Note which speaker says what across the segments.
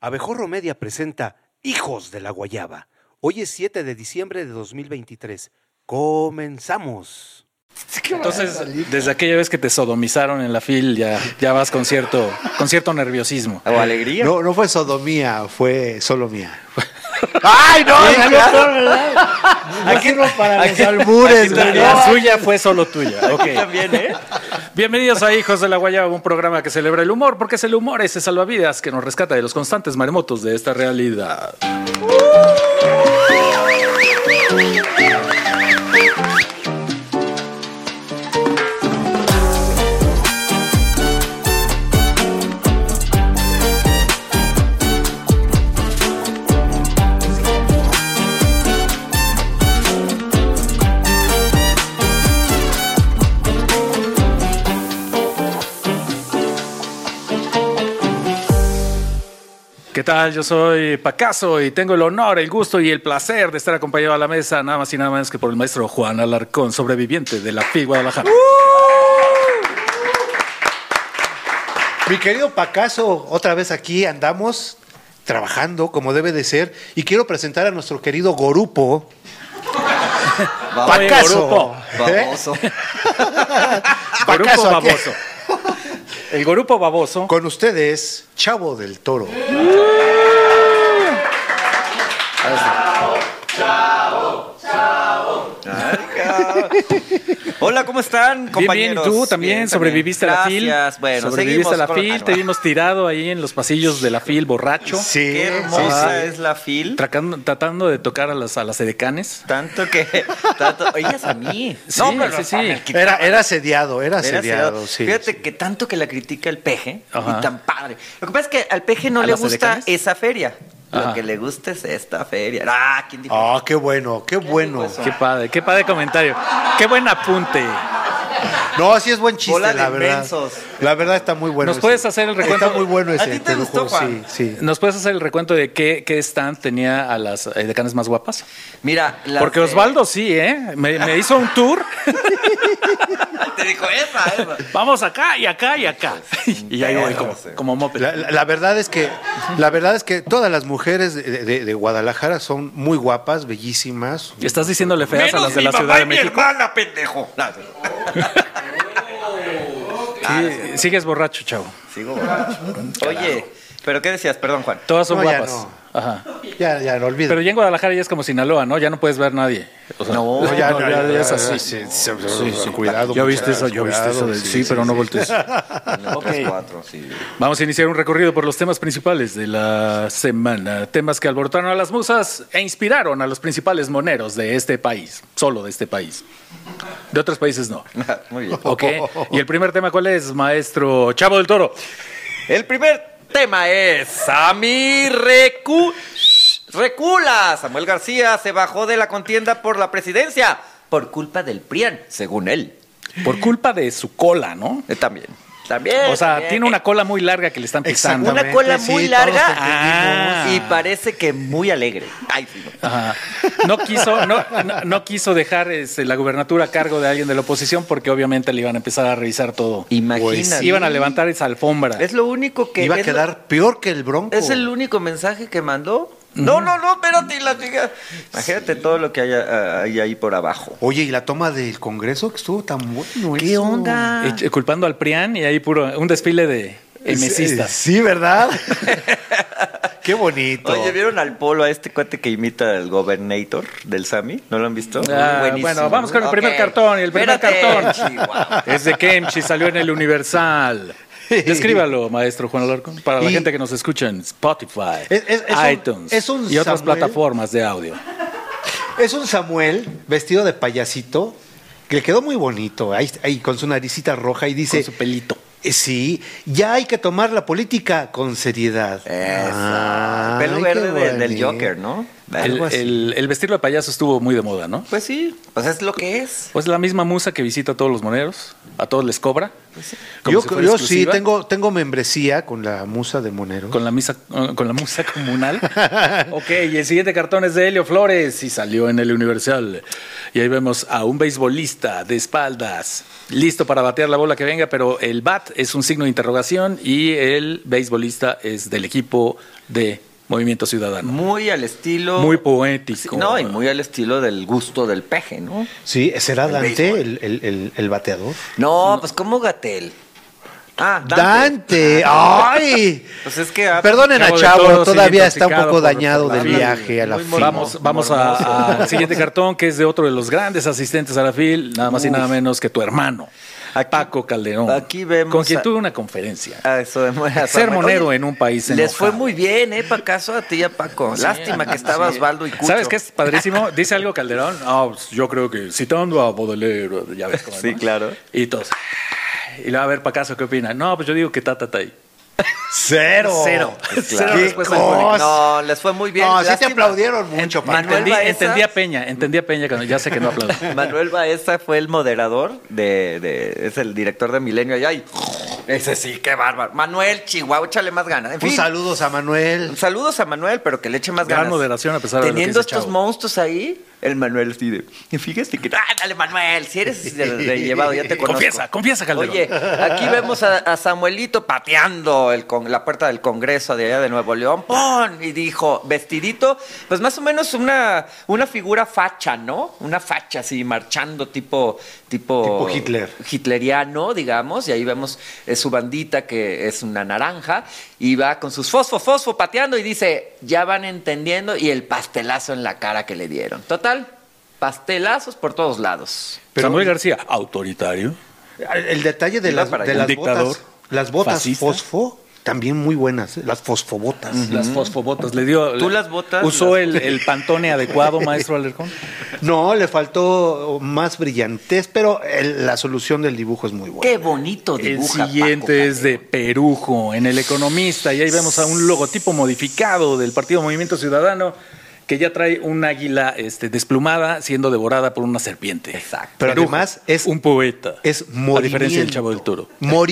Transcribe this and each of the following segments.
Speaker 1: Abejorro Media presenta Hijos de la Guayaba. Hoy es 7 de diciembre de 2023. Comenzamos.
Speaker 2: Entonces, desde aquella vez que te sodomizaron en la fil, ya, ya vas con cierto, con cierto nerviosismo.
Speaker 3: O alegría.
Speaker 4: No, no fue sodomía, fue solo mía.
Speaker 3: ¡Ay, no!
Speaker 4: Ay,
Speaker 3: ya-
Speaker 4: Aquí no para
Speaker 2: aquí-
Speaker 4: albures,
Speaker 2: Aquí también.
Speaker 4: güey.
Speaker 2: La suya fue solo tuya. ok.
Speaker 3: También, ¿eh?
Speaker 2: Bienvenidos a Hijos de la Guayaba, un programa que celebra el humor, porque es el humor ese salvavidas que nos rescata de los constantes maremotos de esta realidad. ¿Qué tal? Yo soy Pacaso y tengo el honor, el gusto y el placer de estar acompañado a la mesa, nada más y nada menos que por el maestro Juan Alarcón, sobreviviente de la FI Guadalajara.
Speaker 4: ¡Uh! Mi querido Pacaso, otra vez aquí andamos trabajando como debe de ser y quiero presentar a nuestro querido Gorupo.
Speaker 3: Oye,
Speaker 4: Pacaso. ¿eh?
Speaker 3: Baboso.
Speaker 4: Pacaso,
Speaker 2: Grupo
Speaker 4: aquí-
Speaker 2: baboso. El grupo baboso.
Speaker 4: Con ustedes, Chavo del Toro.
Speaker 3: Hola, ¿cómo están,
Speaker 2: Bien, bien,
Speaker 3: compañeros?
Speaker 2: y tú también sobreviviste a la fil.
Speaker 3: Gracias. Bueno,
Speaker 2: sobreviviste a la
Speaker 3: seguimos con- Ah,
Speaker 2: fil, te vimos tirado ahí en los pasillos de la fil, borracho.
Speaker 4: Sí,
Speaker 3: Qué hermosa
Speaker 4: sí, sí.
Speaker 3: es la fil.
Speaker 2: Tracando- tratando de tocar a las, a las edecanes.
Speaker 3: Tanto que. Tanto, ellas a mí.
Speaker 2: Sí, sí, sí.
Speaker 3: me quitaban.
Speaker 4: Era, era asediado,
Speaker 3: Era
Speaker 4: era asediado,
Speaker 3: sedado.
Speaker 4: sí.
Speaker 3: Fíjate
Speaker 4: sí.
Speaker 3: que tanto que la critica el peje
Speaker 2: Ajá.
Speaker 3: y tan padre. Lo que pasa es que al peje no
Speaker 2: ¿A
Speaker 3: le
Speaker 2: las
Speaker 3: gusta
Speaker 2: edecanes?
Speaker 3: esa feria.
Speaker 2: Ajá.
Speaker 3: Lo que le gusta es esta feria. Ah, ¿quién dijo?
Speaker 4: Ah, qué bueno, qué bueno.
Speaker 3: eso?
Speaker 2: Qué padre, qué padre comentario. Qué buen apunte.
Speaker 4: No, sí es buen chiste,
Speaker 3: Bola de
Speaker 4: la verdad.
Speaker 3: mensos.
Speaker 4: La verdad está muy bueno.
Speaker 2: ¿Nos
Speaker 4: ese.
Speaker 2: puedes hacer el recuento?
Speaker 4: Está muy bueno
Speaker 3: ¿A
Speaker 4: ese.
Speaker 3: ti te
Speaker 4: lo
Speaker 3: gustó,
Speaker 4: juro,
Speaker 3: Juan?
Speaker 4: Sí, sí.
Speaker 2: ¿Nos puedes hacer el recuento de qué, qué stand tenía a las edecanes más guapas?
Speaker 3: Mira, las
Speaker 2: Porque
Speaker 3: de-
Speaker 2: Osvaldo sí, ¿eh? Me, me hizo un tour.
Speaker 3: Te dijo esa, esa.
Speaker 2: Vamos acá y acá y acá. Y ahí voy como, como moped.
Speaker 4: La, la- la verdad es que la verdad es que todas las mujeres de, de- de Guadalajara son muy guapas, bellísimas.
Speaker 2: Estás diciéndole feas a las de la
Speaker 3: mi
Speaker 2: Ciudad
Speaker 3: mamá
Speaker 2: de
Speaker 3: y mi
Speaker 2: México.
Speaker 3: hermana, pendejo. No, sí. Ah, sí,
Speaker 2: Sí, sigues borracho, chavo.
Speaker 3: sigo borracho. Oye, ¿pero qué decías? Perdón, Juan.
Speaker 2: Todas son
Speaker 4: No, ya
Speaker 2: guapas. Ajá.
Speaker 4: Ya, ya, no olvides.
Speaker 2: Pero ya en Guadalajara ya es como Sinaloa, ¿no? Ya no puedes ver nadie. O sea,
Speaker 3: No,
Speaker 4: ya, no, ya,
Speaker 2: es
Speaker 4: ya,
Speaker 2: así.
Speaker 4: sí, sí,
Speaker 2: Pues
Speaker 4: sí, cuidado.
Speaker 2: Ya viste
Speaker 4: muchachos,
Speaker 2: eso, ya viste
Speaker 4: cuidado,
Speaker 2: eso. de- Sí, pero no voltees.
Speaker 3: Tres, cuatro, sí.
Speaker 2: Vamos a iniciar un recorrido por los temas principales de la semana. Temas que alborotaron a las musas e inspiraron a los principales moneros de este país. Solo de este país. De otros países no.
Speaker 3: Muy bien.
Speaker 2: ¿Ok? ¿Y el primer tema cuál es, maestro Chavo del Toro?
Speaker 3: El primer tema es a mi recu recula. Samuel García se bajó de la contienda por la presidencia por culpa del PRIAN, según él.
Speaker 2: Por culpa de su cola, ¿no?
Speaker 3: Eh, También. También.
Speaker 2: O sea,
Speaker 3: también.
Speaker 2: tiene una cola muy larga que le están pisando.
Speaker 3: Una cola
Speaker 4: Sí,
Speaker 3: muy
Speaker 4: todos
Speaker 3: larga
Speaker 2: entendimos.
Speaker 3: y parece que muy alegre. Ay, sí, no.
Speaker 2: Ajá. No quiso, no, no- no quiso dejar este, la gubernatura a cargo de alguien de la oposición porque obviamente le iban a empezar a revisar todo. Pues,
Speaker 3: Imagínate.
Speaker 2: Iban a levantar esa alfombra.
Speaker 3: Es lo único que.
Speaker 4: Iba a
Speaker 3: es lo-
Speaker 4: quedar peor que el Bronco.
Speaker 3: Es el único mensaje que mandó. No, no, no, espérate, y la chica. Imagínate todo lo que hay, ah, hay ahí por abajo.
Speaker 4: Oye, y la toma del Congreso que estuvo tan bueno.
Speaker 3: ¿Qué
Speaker 4: eso.
Speaker 3: onda?
Speaker 2: Y- culpando al PRIAN y ahí puro un desfile de emesistas.
Speaker 4: Sí, ¿verdad? Qué bonito.
Speaker 3: Oye, ¿vieron al polo a este cuate que imita al gobernator del Sami? ¿No lo han visto?
Speaker 2: Ah,
Speaker 3: Buenísimo.
Speaker 2: bueno, vamos con el primer
Speaker 3: Ok.
Speaker 2: cartón. y El primer
Speaker 3: Espérate,
Speaker 2: cartón
Speaker 3: Chihuahua.
Speaker 2: es de Kemchi, salió en el Universal. Descríbalo, maestro Juan Alarcón, para la
Speaker 4: Y-
Speaker 2: gente que nos escucha en Spotify,
Speaker 4: Es- es- es un-
Speaker 2: iTunes
Speaker 4: es un
Speaker 2: y otras
Speaker 4: Samuel.
Speaker 2: plataformas de audio.
Speaker 4: Es un Samuel vestido de payasito que le quedó muy bonito, ahí, ahí, con su naricita roja y dice,
Speaker 2: con su pelito.
Speaker 4: "Eh, sí, ya hay que tomar la política con seriedad.
Speaker 3: Eso.
Speaker 4: Ay,
Speaker 3: Pelo verde
Speaker 4: qué
Speaker 3: de- del
Speaker 4: bonito.
Speaker 3: Joker, ¿no?
Speaker 2: El,
Speaker 4: Algo así.
Speaker 2: el- el vestirlo de payaso estuvo muy de moda, ¿no?
Speaker 3: Pues sí, pues es lo que es.
Speaker 2: Pues la misma musa que visita a todos los moneros, a todos les cobra. como
Speaker 4: Yo,
Speaker 2: si fuera
Speaker 4: yo Pues sí
Speaker 2: exclusiva,
Speaker 4: tengo, tengo membresía con la musa del monero.
Speaker 2: Con la, misa, con la musa comunal. ok, y el siguiente cartón es de Helio Flores y salió en el Universal. Y ahí vemos a un beisbolista de espaldas, listo para batear la bola que venga, pero el bat es un signo de interrogación y el beisbolista es del equipo de Movimiento Ciudadano.
Speaker 3: Muy al estilo.
Speaker 2: Muy poético.
Speaker 3: No, y muy al estilo del gusto del peje, ¿no?
Speaker 4: Sí, ¿será
Speaker 3: El
Speaker 4: Dante
Speaker 3: béisbol.
Speaker 4: el, el- el- el bateador?
Speaker 3: No, pues como Gatel. Ah, Dante.
Speaker 4: ¡Dante! ¡Ay!
Speaker 3: Pues es que. ah,
Speaker 4: Perdonen a
Speaker 2: Acabo de
Speaker 4: Chavo,
Speaker 2: todo, sí,
Speaker 4: todavía está un
Speaker 2: intoxicado por-
Speaker 4: poco dañado
Speaker 2: por
Speaker 4: del
Speaker 2: la-
Speaker 4: viaje a la
Speaker 3: Muy
Speaker 4: fila.
Speaker 3: morboso.
Speaker 2: Vamos, vamos a- a- al siguiente cartón, que es de otro de los grandes asistentes a la FIL, nada más y nada menos que tu hermano,
Speaker 3: Aquí-
Speaker 2: Paco Calderón.
Speaker 3: aquí vemos
Speaker 2: Con quien
Speaker 3: a-
Speaker 2: tuve una conferencia.
Speaker 3: a eso de a
Speaker 2: Ser
Speaker 3: Samuel.
Speaker 2: monero
Speaker 3: Oye,
Speaker 2: en un país
Speaker 3: Les
Speaker 2: enojado.
Speaker 3: fue muy bien, ¿eh? Pacaso a ti y a Paco. Lástima que estaba Osvaldo y Cucho.
Speaker 2: ¿Sabes qué es padrísimo? Dice algo Calderón. Ah, pues, yo creo que citando a Baudelaire, ya ves cómo es,
Speaker 3: Sí,
Speaker 2: ¿no?
Speaker 3: claro.
Speaker 2: Y todos. Y le va a ver Pacaso, ¿qué opina? No, pues yo digo que tata está ahí.
Speaker 4: ¡Cero!
Speaker 2: Cero.
Speaker 3: Pues
Speaker 2: Cero
Speaker 4: ¡Qué
Speaker 2: respuesta
Speaker 4: cosa!
Speaker 2: alcohólica.
Speaker 3: No, les fue muy bien.
Speaker 4: No, sí te
Speaker 3: Lástima.
Speaker 4: aplaudieron mucho, Paco.
Speaker 3: Manuel
Speaker 2: Entendí,
Speaker 3: Baeza-
Speaker 2: entendí a Peña, entendí a Peña, cuando- ya sé que no aplaudo.
Speaker 3: Manuel Baeza fue el moderador de, de- es el director de Milenio allá y ese sí, qué bárbaro. Manuel Chihuahua, échale más ganas. En
Speaker 4: Un
Speaker 3: fin,
Speaker 4: saludos a Manuel.
Speaker 3: saludos a Manuel, pero que le eche más
Speaker 2: Gran
Speaker 3: ganas.
Speaker 2: moderación, a pesar de lo que
Speaker 3: Teniendo
Speaker 2: dice
Speaker 3: estos
Speaker 2: Chavo.
Speaker 3: monstruos ahí, el Manuel así de, "Y fíjate que, ah, dale Manuel, si eres de- de llevado, ya te conozco.
Speaker 2: Confiesa, confiesa, Calderón.
Speaker 3: Oye, aquí vemos a, a Samuelito pateando el con- la puerta del Congreso de allá de Nuevo León. ¡Pon! Y dijo, vestidito, pues más o menos una, una figura facha, ¿no? Una facha así, marchando tipo, tipo...
Speaker 4: Tipo Hitler.
Speaker 3: Hitleriano, digamos. Y ahí vemos eh, su bandita que es una naranja. Y va con sus fosfo, fosfo pateando y dice, ya van entendiendo. Y el pastelazo en la cara que le dieron. Total, pastelazos por todos lados.
Speaker 4: Pero-
Speaker 2: Samuel García, autoritario.
Speaker 4: El detalle de
Speaker 3: Iba
Speaker 4: las,
Speaker 3: para
Speaker 4: de
Speaker 3: allá.
Speaker 2: Un
Speaker 4: las
Speaker 2: dictador
Speaker 4: botas. Las botas
Speaker 2: fascista.
Speaker 4: fosfo, también muy buenas. ¿eh? Las fosfobotas.
Speaker 2: Las fosfobotas. Le dio.
Speaker 3: Tú las botas,
Speaker 2: Usó
Speaker 3: las-
Speaker 2: el, el pantone adecuado, maestro Alercón.
Speaker 4: No, le faltó más brillantez, pero el- la solución del dibujo es muy buena.
Speaker 3: Qué bonito
Speaker 2: El
Speaker 3: dibuja
Speaker 2: siguiente
Speaker 3: Paco
Speaker 2: es de Perujo, en El Economista, y ahí vemos a un logotipo modificado del Partido Movimiento Ciudadano que ya trae un águila este, desplumada siendo devorada por una serpiente.
Speaker 3: Exacto.
Speaker 4: Pero
Speaker 2: Perujo,
Speaker 4: además es-
Speaker 2: un poeta.
Speaker 4: Es movimiento.
Speaker 2: A diferencia del Chavo del Toro.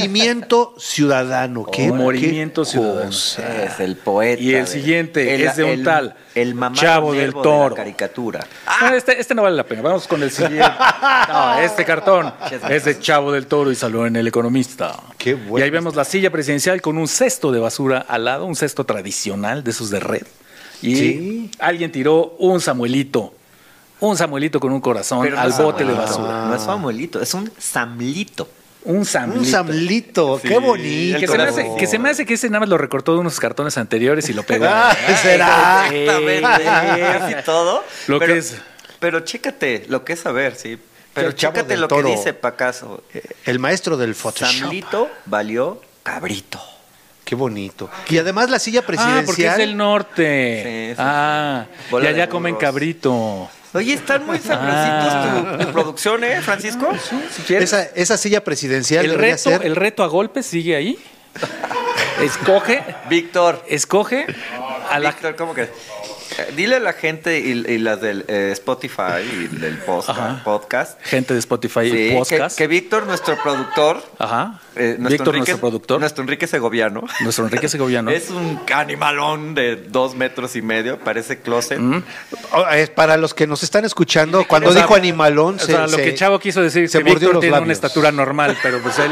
Speaker 4: Movimiento ciudadano. Qué,
Speaker 2: Oh, movimiento
Speaker 4: qué
Speaker 2: ciudadano.
Speaker 4: cosa.
Speaker 3: Es el poeta.
Speaker 2: Y el
Speaker 3: de-
Speaker 2: siguiente
Speaker 3: el-
Speaker 2: es de un
Speaker 3: el-
Speaker 2: tal
Speaker 3: El mamá
Speaker 2: Chavo del Toro.
Speaker 3: De la caricatura.
Speaker 2: No, este, este no vale la pena. Vamos con el siguiente. No, este cartón es de Chavo del Toro y salió en El Economista.
Speaker 4: Qué bueno
Speaker 2: Y ahí vemos la silla presidencial con un cesto de basura al lado, un cesto tradicional de esos de red. Y
Speaker 4: Sí.
Speaker 2: alguien tiró un Samuelito, un Samuelito con un corazón
Speaker 3: Pero no
Speaker 2: al
Speaker 3: es
Speaker 2: bote de
Speaker 3: Samuelito,
Speaker 2: basura.
Speaker 3: No es Samuelito, es un Samlito.
Speaker 2: Un Samuelito.
Speaker 4: Un samlito.
Speaker 3: Sí,
Speaker 4: Qué bonito.
Speaker 2: Que se, me hace, que se me hace que ese nada más lo recortó de unos cartones anteriores y lo pegó.
Speaker 4: Ah, será.
Speaker 3: Exactamente. y todo.
Speaker 2: Lo que
Speaker 3: pero,
Speaker 2: es.
Speaker 3: Pero chécate lo que es saber, sí. Pero
Speaker 4: El Chavo
Speaker 3: chécate
Speaker 4: del
Speaker 3: lo
Speaker 4: Toro.
Speaker 3: que dice Pacaso. Eh,
Speaker 4: El maestro del Photoshop.
Speaker 3: Samlito valió cabrito.
Speaker 4: Qué bonito. Y además la silla presidencial.
Speaker 2: Ah, porque es del norte.
Speaker 3: Sí, sí, sí.
Speaker 2: Ah,
Speaker 3: Bola
Speaker 2: y
Speaker 3: de
Speaker 2: allá comen
Speaker 3: burros.
Speaker 2: cabrito.
Speaker 3: Oye, están muy sabrositos tu, tu producción, ¿eh, Francisco?
Speaker 2: Si quieres.
Speaker 4: Esa, esa silla presidencial
Speaker 2: el
Speaker 4: debería
Speaker 2: reto,
Speaker 4: ser-
Speaker 2: el reto a golpes sigue ahí. Escoge,
Speaker 3: Víctor.
Speaker 2: escoge a la
Speaker 3: Víctor, ¿cómo crees? Eh, Dile a la gente y, y las del eh, Spotify y del posca-
Speaker 2: Ajá.
Speaker 3: podcast.
Speaker 2: gente de Spotify
Speaker 3: Sí,
Speaker 2: y
Speaker 3: que-
Speaker 2: podcast.
Speaker 3: Que, Víctor, nuestro productor.
Speaker 2: Ajá.
Speaker 3: eh,
Speaker 2: Víctor, nuestro productor, nuestro,
Speaker 3: Nuestro Enrique Segoviano.
Speaker 2: Enrique Segoviano.
Speaker 3: Es un animalón de dos metros y medio, parece closet.
Speaker 2: Mm.
Speaker 4: Oh, es Para los que nos están escuchando, cuando
Speaker 2: O sea,
Speaker 4: dijo animalón,
Speaker 2: o
Speaker 4: se-
Speaker 2: sea, lo
Speaker 4: se-
Speaker 2: que Chavo quiso decir es
Speaker 4: se
Speaker 2: que
Speaker 4: mordió
Speaker 2: Víctor
Speaker 4: los
Speaker 2: tiene una
Speaker 4: labios.
Speaker 2: estatura normal, pero pues él,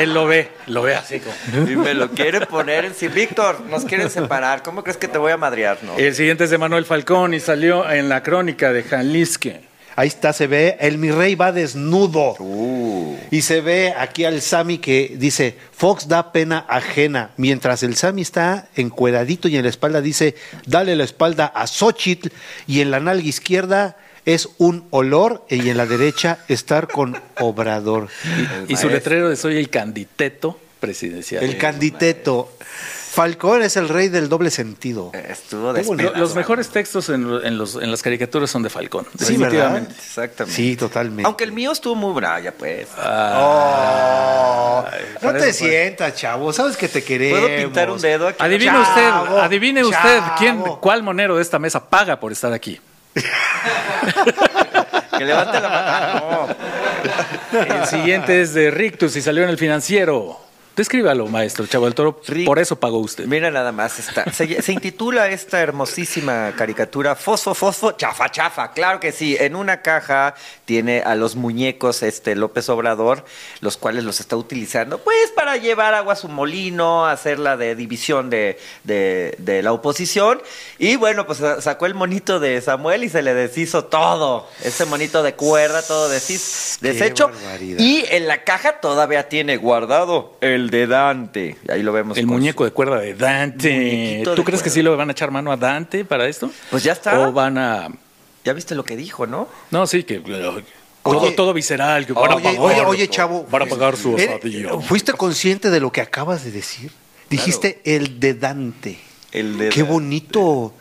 Speaker 2: él lo ve, lo ve así como.
Speaker 3: Y me lo quieren poner en sí. Víctor, nos quieren separar. ¿Cómo crees que te voy a madrear? No.
Speaker 2: El siguiente es de Manuel Falcón y salió en la crónica de Jalisque.
Speaker 4: Ahí está, se ve. El mi rey va desnudo.
Speaker 3: Uh.
Speaker 4: Y se ve aquí al Sami que dice: Fox da pena ajena. Mientras el Sami está encueradito y en la espalda dice: Dale la espalda a Xochitl. Y en la nalga izquierda es un olor. Y en la derecha, estar con Obrador.
Speaker 2: Y su letrero de soy el candidato presidencial. Eh,
Speaker 4: El canditeto. Falcón es el rey del doble sentido.
Speaker 3: Estuvo
Speaker 4: Qué bueno.
Speaker 2: Lo-
Speaker 3: despelado.
Speaker 2: los mejores textos en, lo- en los, en las caricaturas son de Falcón.
Speaker 4: Sí, ¿verdad?
Speaker 2: definitivamente.
Speaker 3: Exactamente.
Speaker 4: Sí, totalmente.
Speaker 3: Aunque el mío estuvo muy braya, pues.
Speaker 2: Ah.
Speaker 4: Oh, no
Speaker 2: para
Speaker 4: te
Speaker 2: eso, pues.
Speaker 4: sientas, chavo. Sabes que te queremos.
Speaker 3: ¿Puedo pintar un dedo aquí?
Speaker 2: Adivine
Speaker 4: Chavo,
Speaker 2: usted, adivine usted
Speaker 4: chavo.
Speaker 2: quién, cuál monero de esta mesa paga por estar aquí.
Speaker 3: Que levante la mano. Ah, No.
Speaker 2: El siguiente es de Rictus y salió en el financiero. Descríbalo, maestro Chavo del Toro.
Speaker 3: Ric-
Speaker 2: Por eso pagó usted.
Speaker 3: Mira nada más esta. Se, se intitula esta hermosísima caricatura Fosfo, Fosfo, Chafa, Chafa. Claro que sí. En una caja tiene a los muñecos este López Obrador, los cuales los está utilizando, pues, para llevar agua a su molino, hacer la de división de, de- de la oposición. Y bueno, pues sa- sacó el monito de Samuel y se le deshizo todo. Ese monito de cuerda, todo deshiz- deshecho.
Speaker 4: barbaridad.
Speaker 3: Y en la caja todavía tiene guardado el de Dante. Ahí lo vemos.
Speaker 2: El
Speaker 3: con su-
Speaker 2: muñeco de cuerda de Dante.
Speaker 3: pues, Muñequito
Speaker 2: ¿Tú
Speaker 3: de
Speaker 2: crees que
Speaker 3: cuerda.
Speaker 2: sí lo van a echar mano a Dante para esto?
Speaker 3: Pues ya está.
Speaker 2: O van a.
Speaker 3: Ya viste lo que dijo, ¿no?
Speaker 2: No, sí, que. todo, todo visceral. Que van a
Speaker 4: Oye,
Speaker 2: pagar,
Speaker 4: oye, oye, chavo.
Speaker 2: Van a pagar su
Speaker 4: ¿Eres-
Speaker 2: osadía.
Speaker 4: ¿Fuiste consciente de lo que acabas de decir? Dijiste el de Dante.
Speaker 3: El de
Speaker 4: Qué
Speaker 3: Dante.
Speaker 4: bonito.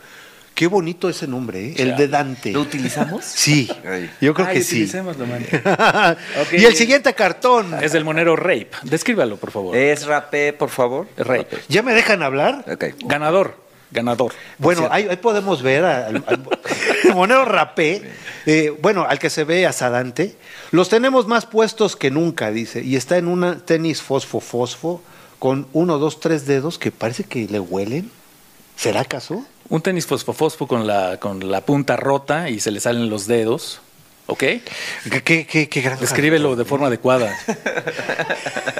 Speaker 4: Qué bonito ese nombre, ¿eh? El de Dante.
Speaker 3: ¿Lo utilizamos?
Speaker 4: Sí,
Speaker 3: Ay.
Speaker 4: yo creo
Speaker 2: Ay,
Speaker 4: que sí.
Speaker 2: utilicémoslo, man. Ok.
Speaker 4: Y el siguiente cartón.
Speaker 2: Es del monero Rape. Descríbalo, por favor.
Speaker 3: Es rapé, por favor.
Speaker 2: Rape.
Speaker 4: ¿Ya me dejan hablar?
Speaker 3: Ok.
Speaker 2: Ganador. Ganador.
Speaker 4: Bueno, ahí, ahí podemos ver al, al- al monero rapé, eh, bueno, al que se ve a Sadante. Los tenemos más puestos que nunca, dice, y está en una tenis fosfo-fosfo con uno, dos, tres dedos que parece que le huelen. ¿Será acaso?
Speaker 2: Un tenis fosfofosfo con la, con la punta rota y se le salen los dedos. ¿Ok?
Speaker 4: ¿Qué, qué, qué, qué gran
Speaker 2: Descríbelo de forma adecuada.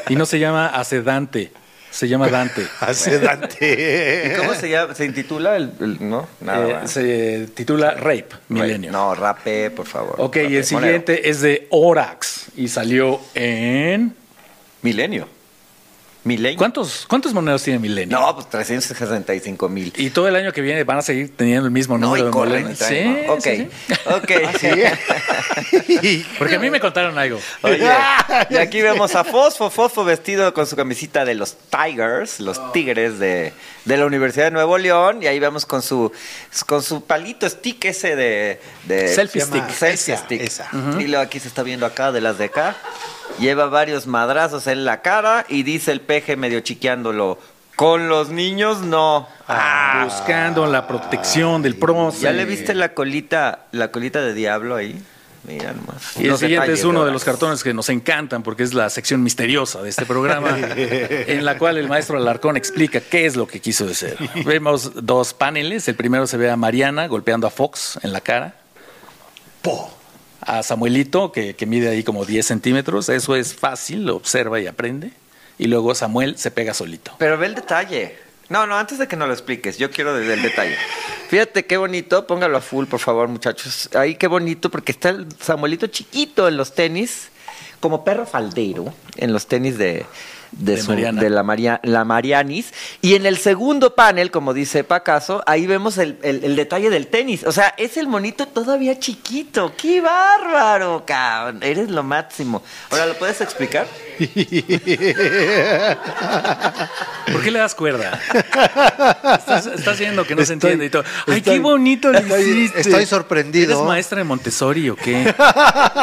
Speaker 2: Y no se llama acedante, se llama Dante.
Speaker 4: A Sedante.
Speaker 3: ¿Y cómo se llama? ¿Se intitula el, el- no? Nada
Speaker 2: Eh,
Speaker 3: más.
Speaker 2: se titula Rape Milenio.
Speaker 3: No, rapé, por favor.
Speaker 2: Ok,
Speaker 3: Rapé,
Speaker 2: y el siguiente es de Orax y salió en.
Speaker 3: monero. Milenio. Milenio.
Speaker 2: ¿Cuántos, cuántos monedos tiene Milenio?
Speaker 3: No, pues 365 mil.
Speaker 2: Y todo el año que viene van a seguir teniendo el mismo
Speaker 3: No,
Speaker 2: número
Speaker 3: y
Speaker 2: de
Speaker 3: corren
Speaker 2: monedas.
Speaker 3: y
Speaker 2: Sí,
Speaker 3: traen, ¿no? Ok,
Speaker 2: sí, sí. Ah,
Speaker 3: ok.
Speaker 4: Sí.
Speaker 2: Porque a mí me contaron algo.
Speaker 3: Oye, y aquí vemos a Fosfo, Fosfo vestido con su camisita de los Tigers, los Tigres de, de la Universidad de Nuevo León, y ahí vemos con su con su palito stick ese de... de-
Speaker 2: Selfie
Speaker 3: se llama
Speaker 2: stick.
Speaker 3: Selfie
Speaker 4: Esa,
Speaker 3: stick.
Speaker 4: esa.
Speaker 3: Y luego aquí se está viendo acá, de las de acá. Lleva varios madrazos en la cara y dice el peje medio chiqueándolo, con los niños no.
Speaker 2: Ah, Buscando la protección del prócer.
Speaker 3: Ah. ¿Ya le viste la colita, la colita de diablo ahí? Mira nomás.
Speaker 2: Y el
Speaker 3: Los
Speaker 2: siguiente
Speaker 3: detalles
Speaker 2: es uno de
Speaker 3: Horacio.
Speaker 2: los cartones que nos encantan porque es la sección misteriosa de este programa, en la cual el maestro Alarcón explica qué es lo que quiso decir. Vemos dos paneles. El primero se ve a Mariana golpeando a Fox en la cara. A Samuelito, que, que mide ahí como 10 centímetros. Eso es fácil, lo observa y aprende. Y luego Samuel se pega solito.
Speaker 3: Pero ve el detalle. No, no, antes de que nos lo expliques, yo quiero desde el detalle. Fíjate qué bonito, póngalo a full, por favor, muchachos. Ahí qué bonito, porque está el Samuelito chiquito en los tenis, como perro faldero, en los tenis de, de,
Speaker 2: De
Speaker 3: su-
Speaker 2: Mariana.
Speaker 3: de la, Maria- la Marianis. Y en el segundo panel, como dice Pacaso, ahí vemos el, el- el detalle del tenis. O sea, es el monito todavía chiquito. ¡Qué bárbaro, cabrón! Eres lo máximo. Ahora, ¿lo puedes explicar?
Speaker 2: ¿Por qué le das cuerda? Estás, estás viendo que no se
Speaker 4: Estoy-
Speaker 2: entiende y todo. ¡Ay,
Speaker 4: estoy-
Speaker 2: qué bonito lo
Speaker 4: estoy-
Speaker 2: hiciste!
Speaker 4: estoy sorprendido.
Speaker 2: ¿Eres maestra de Montessori o qué?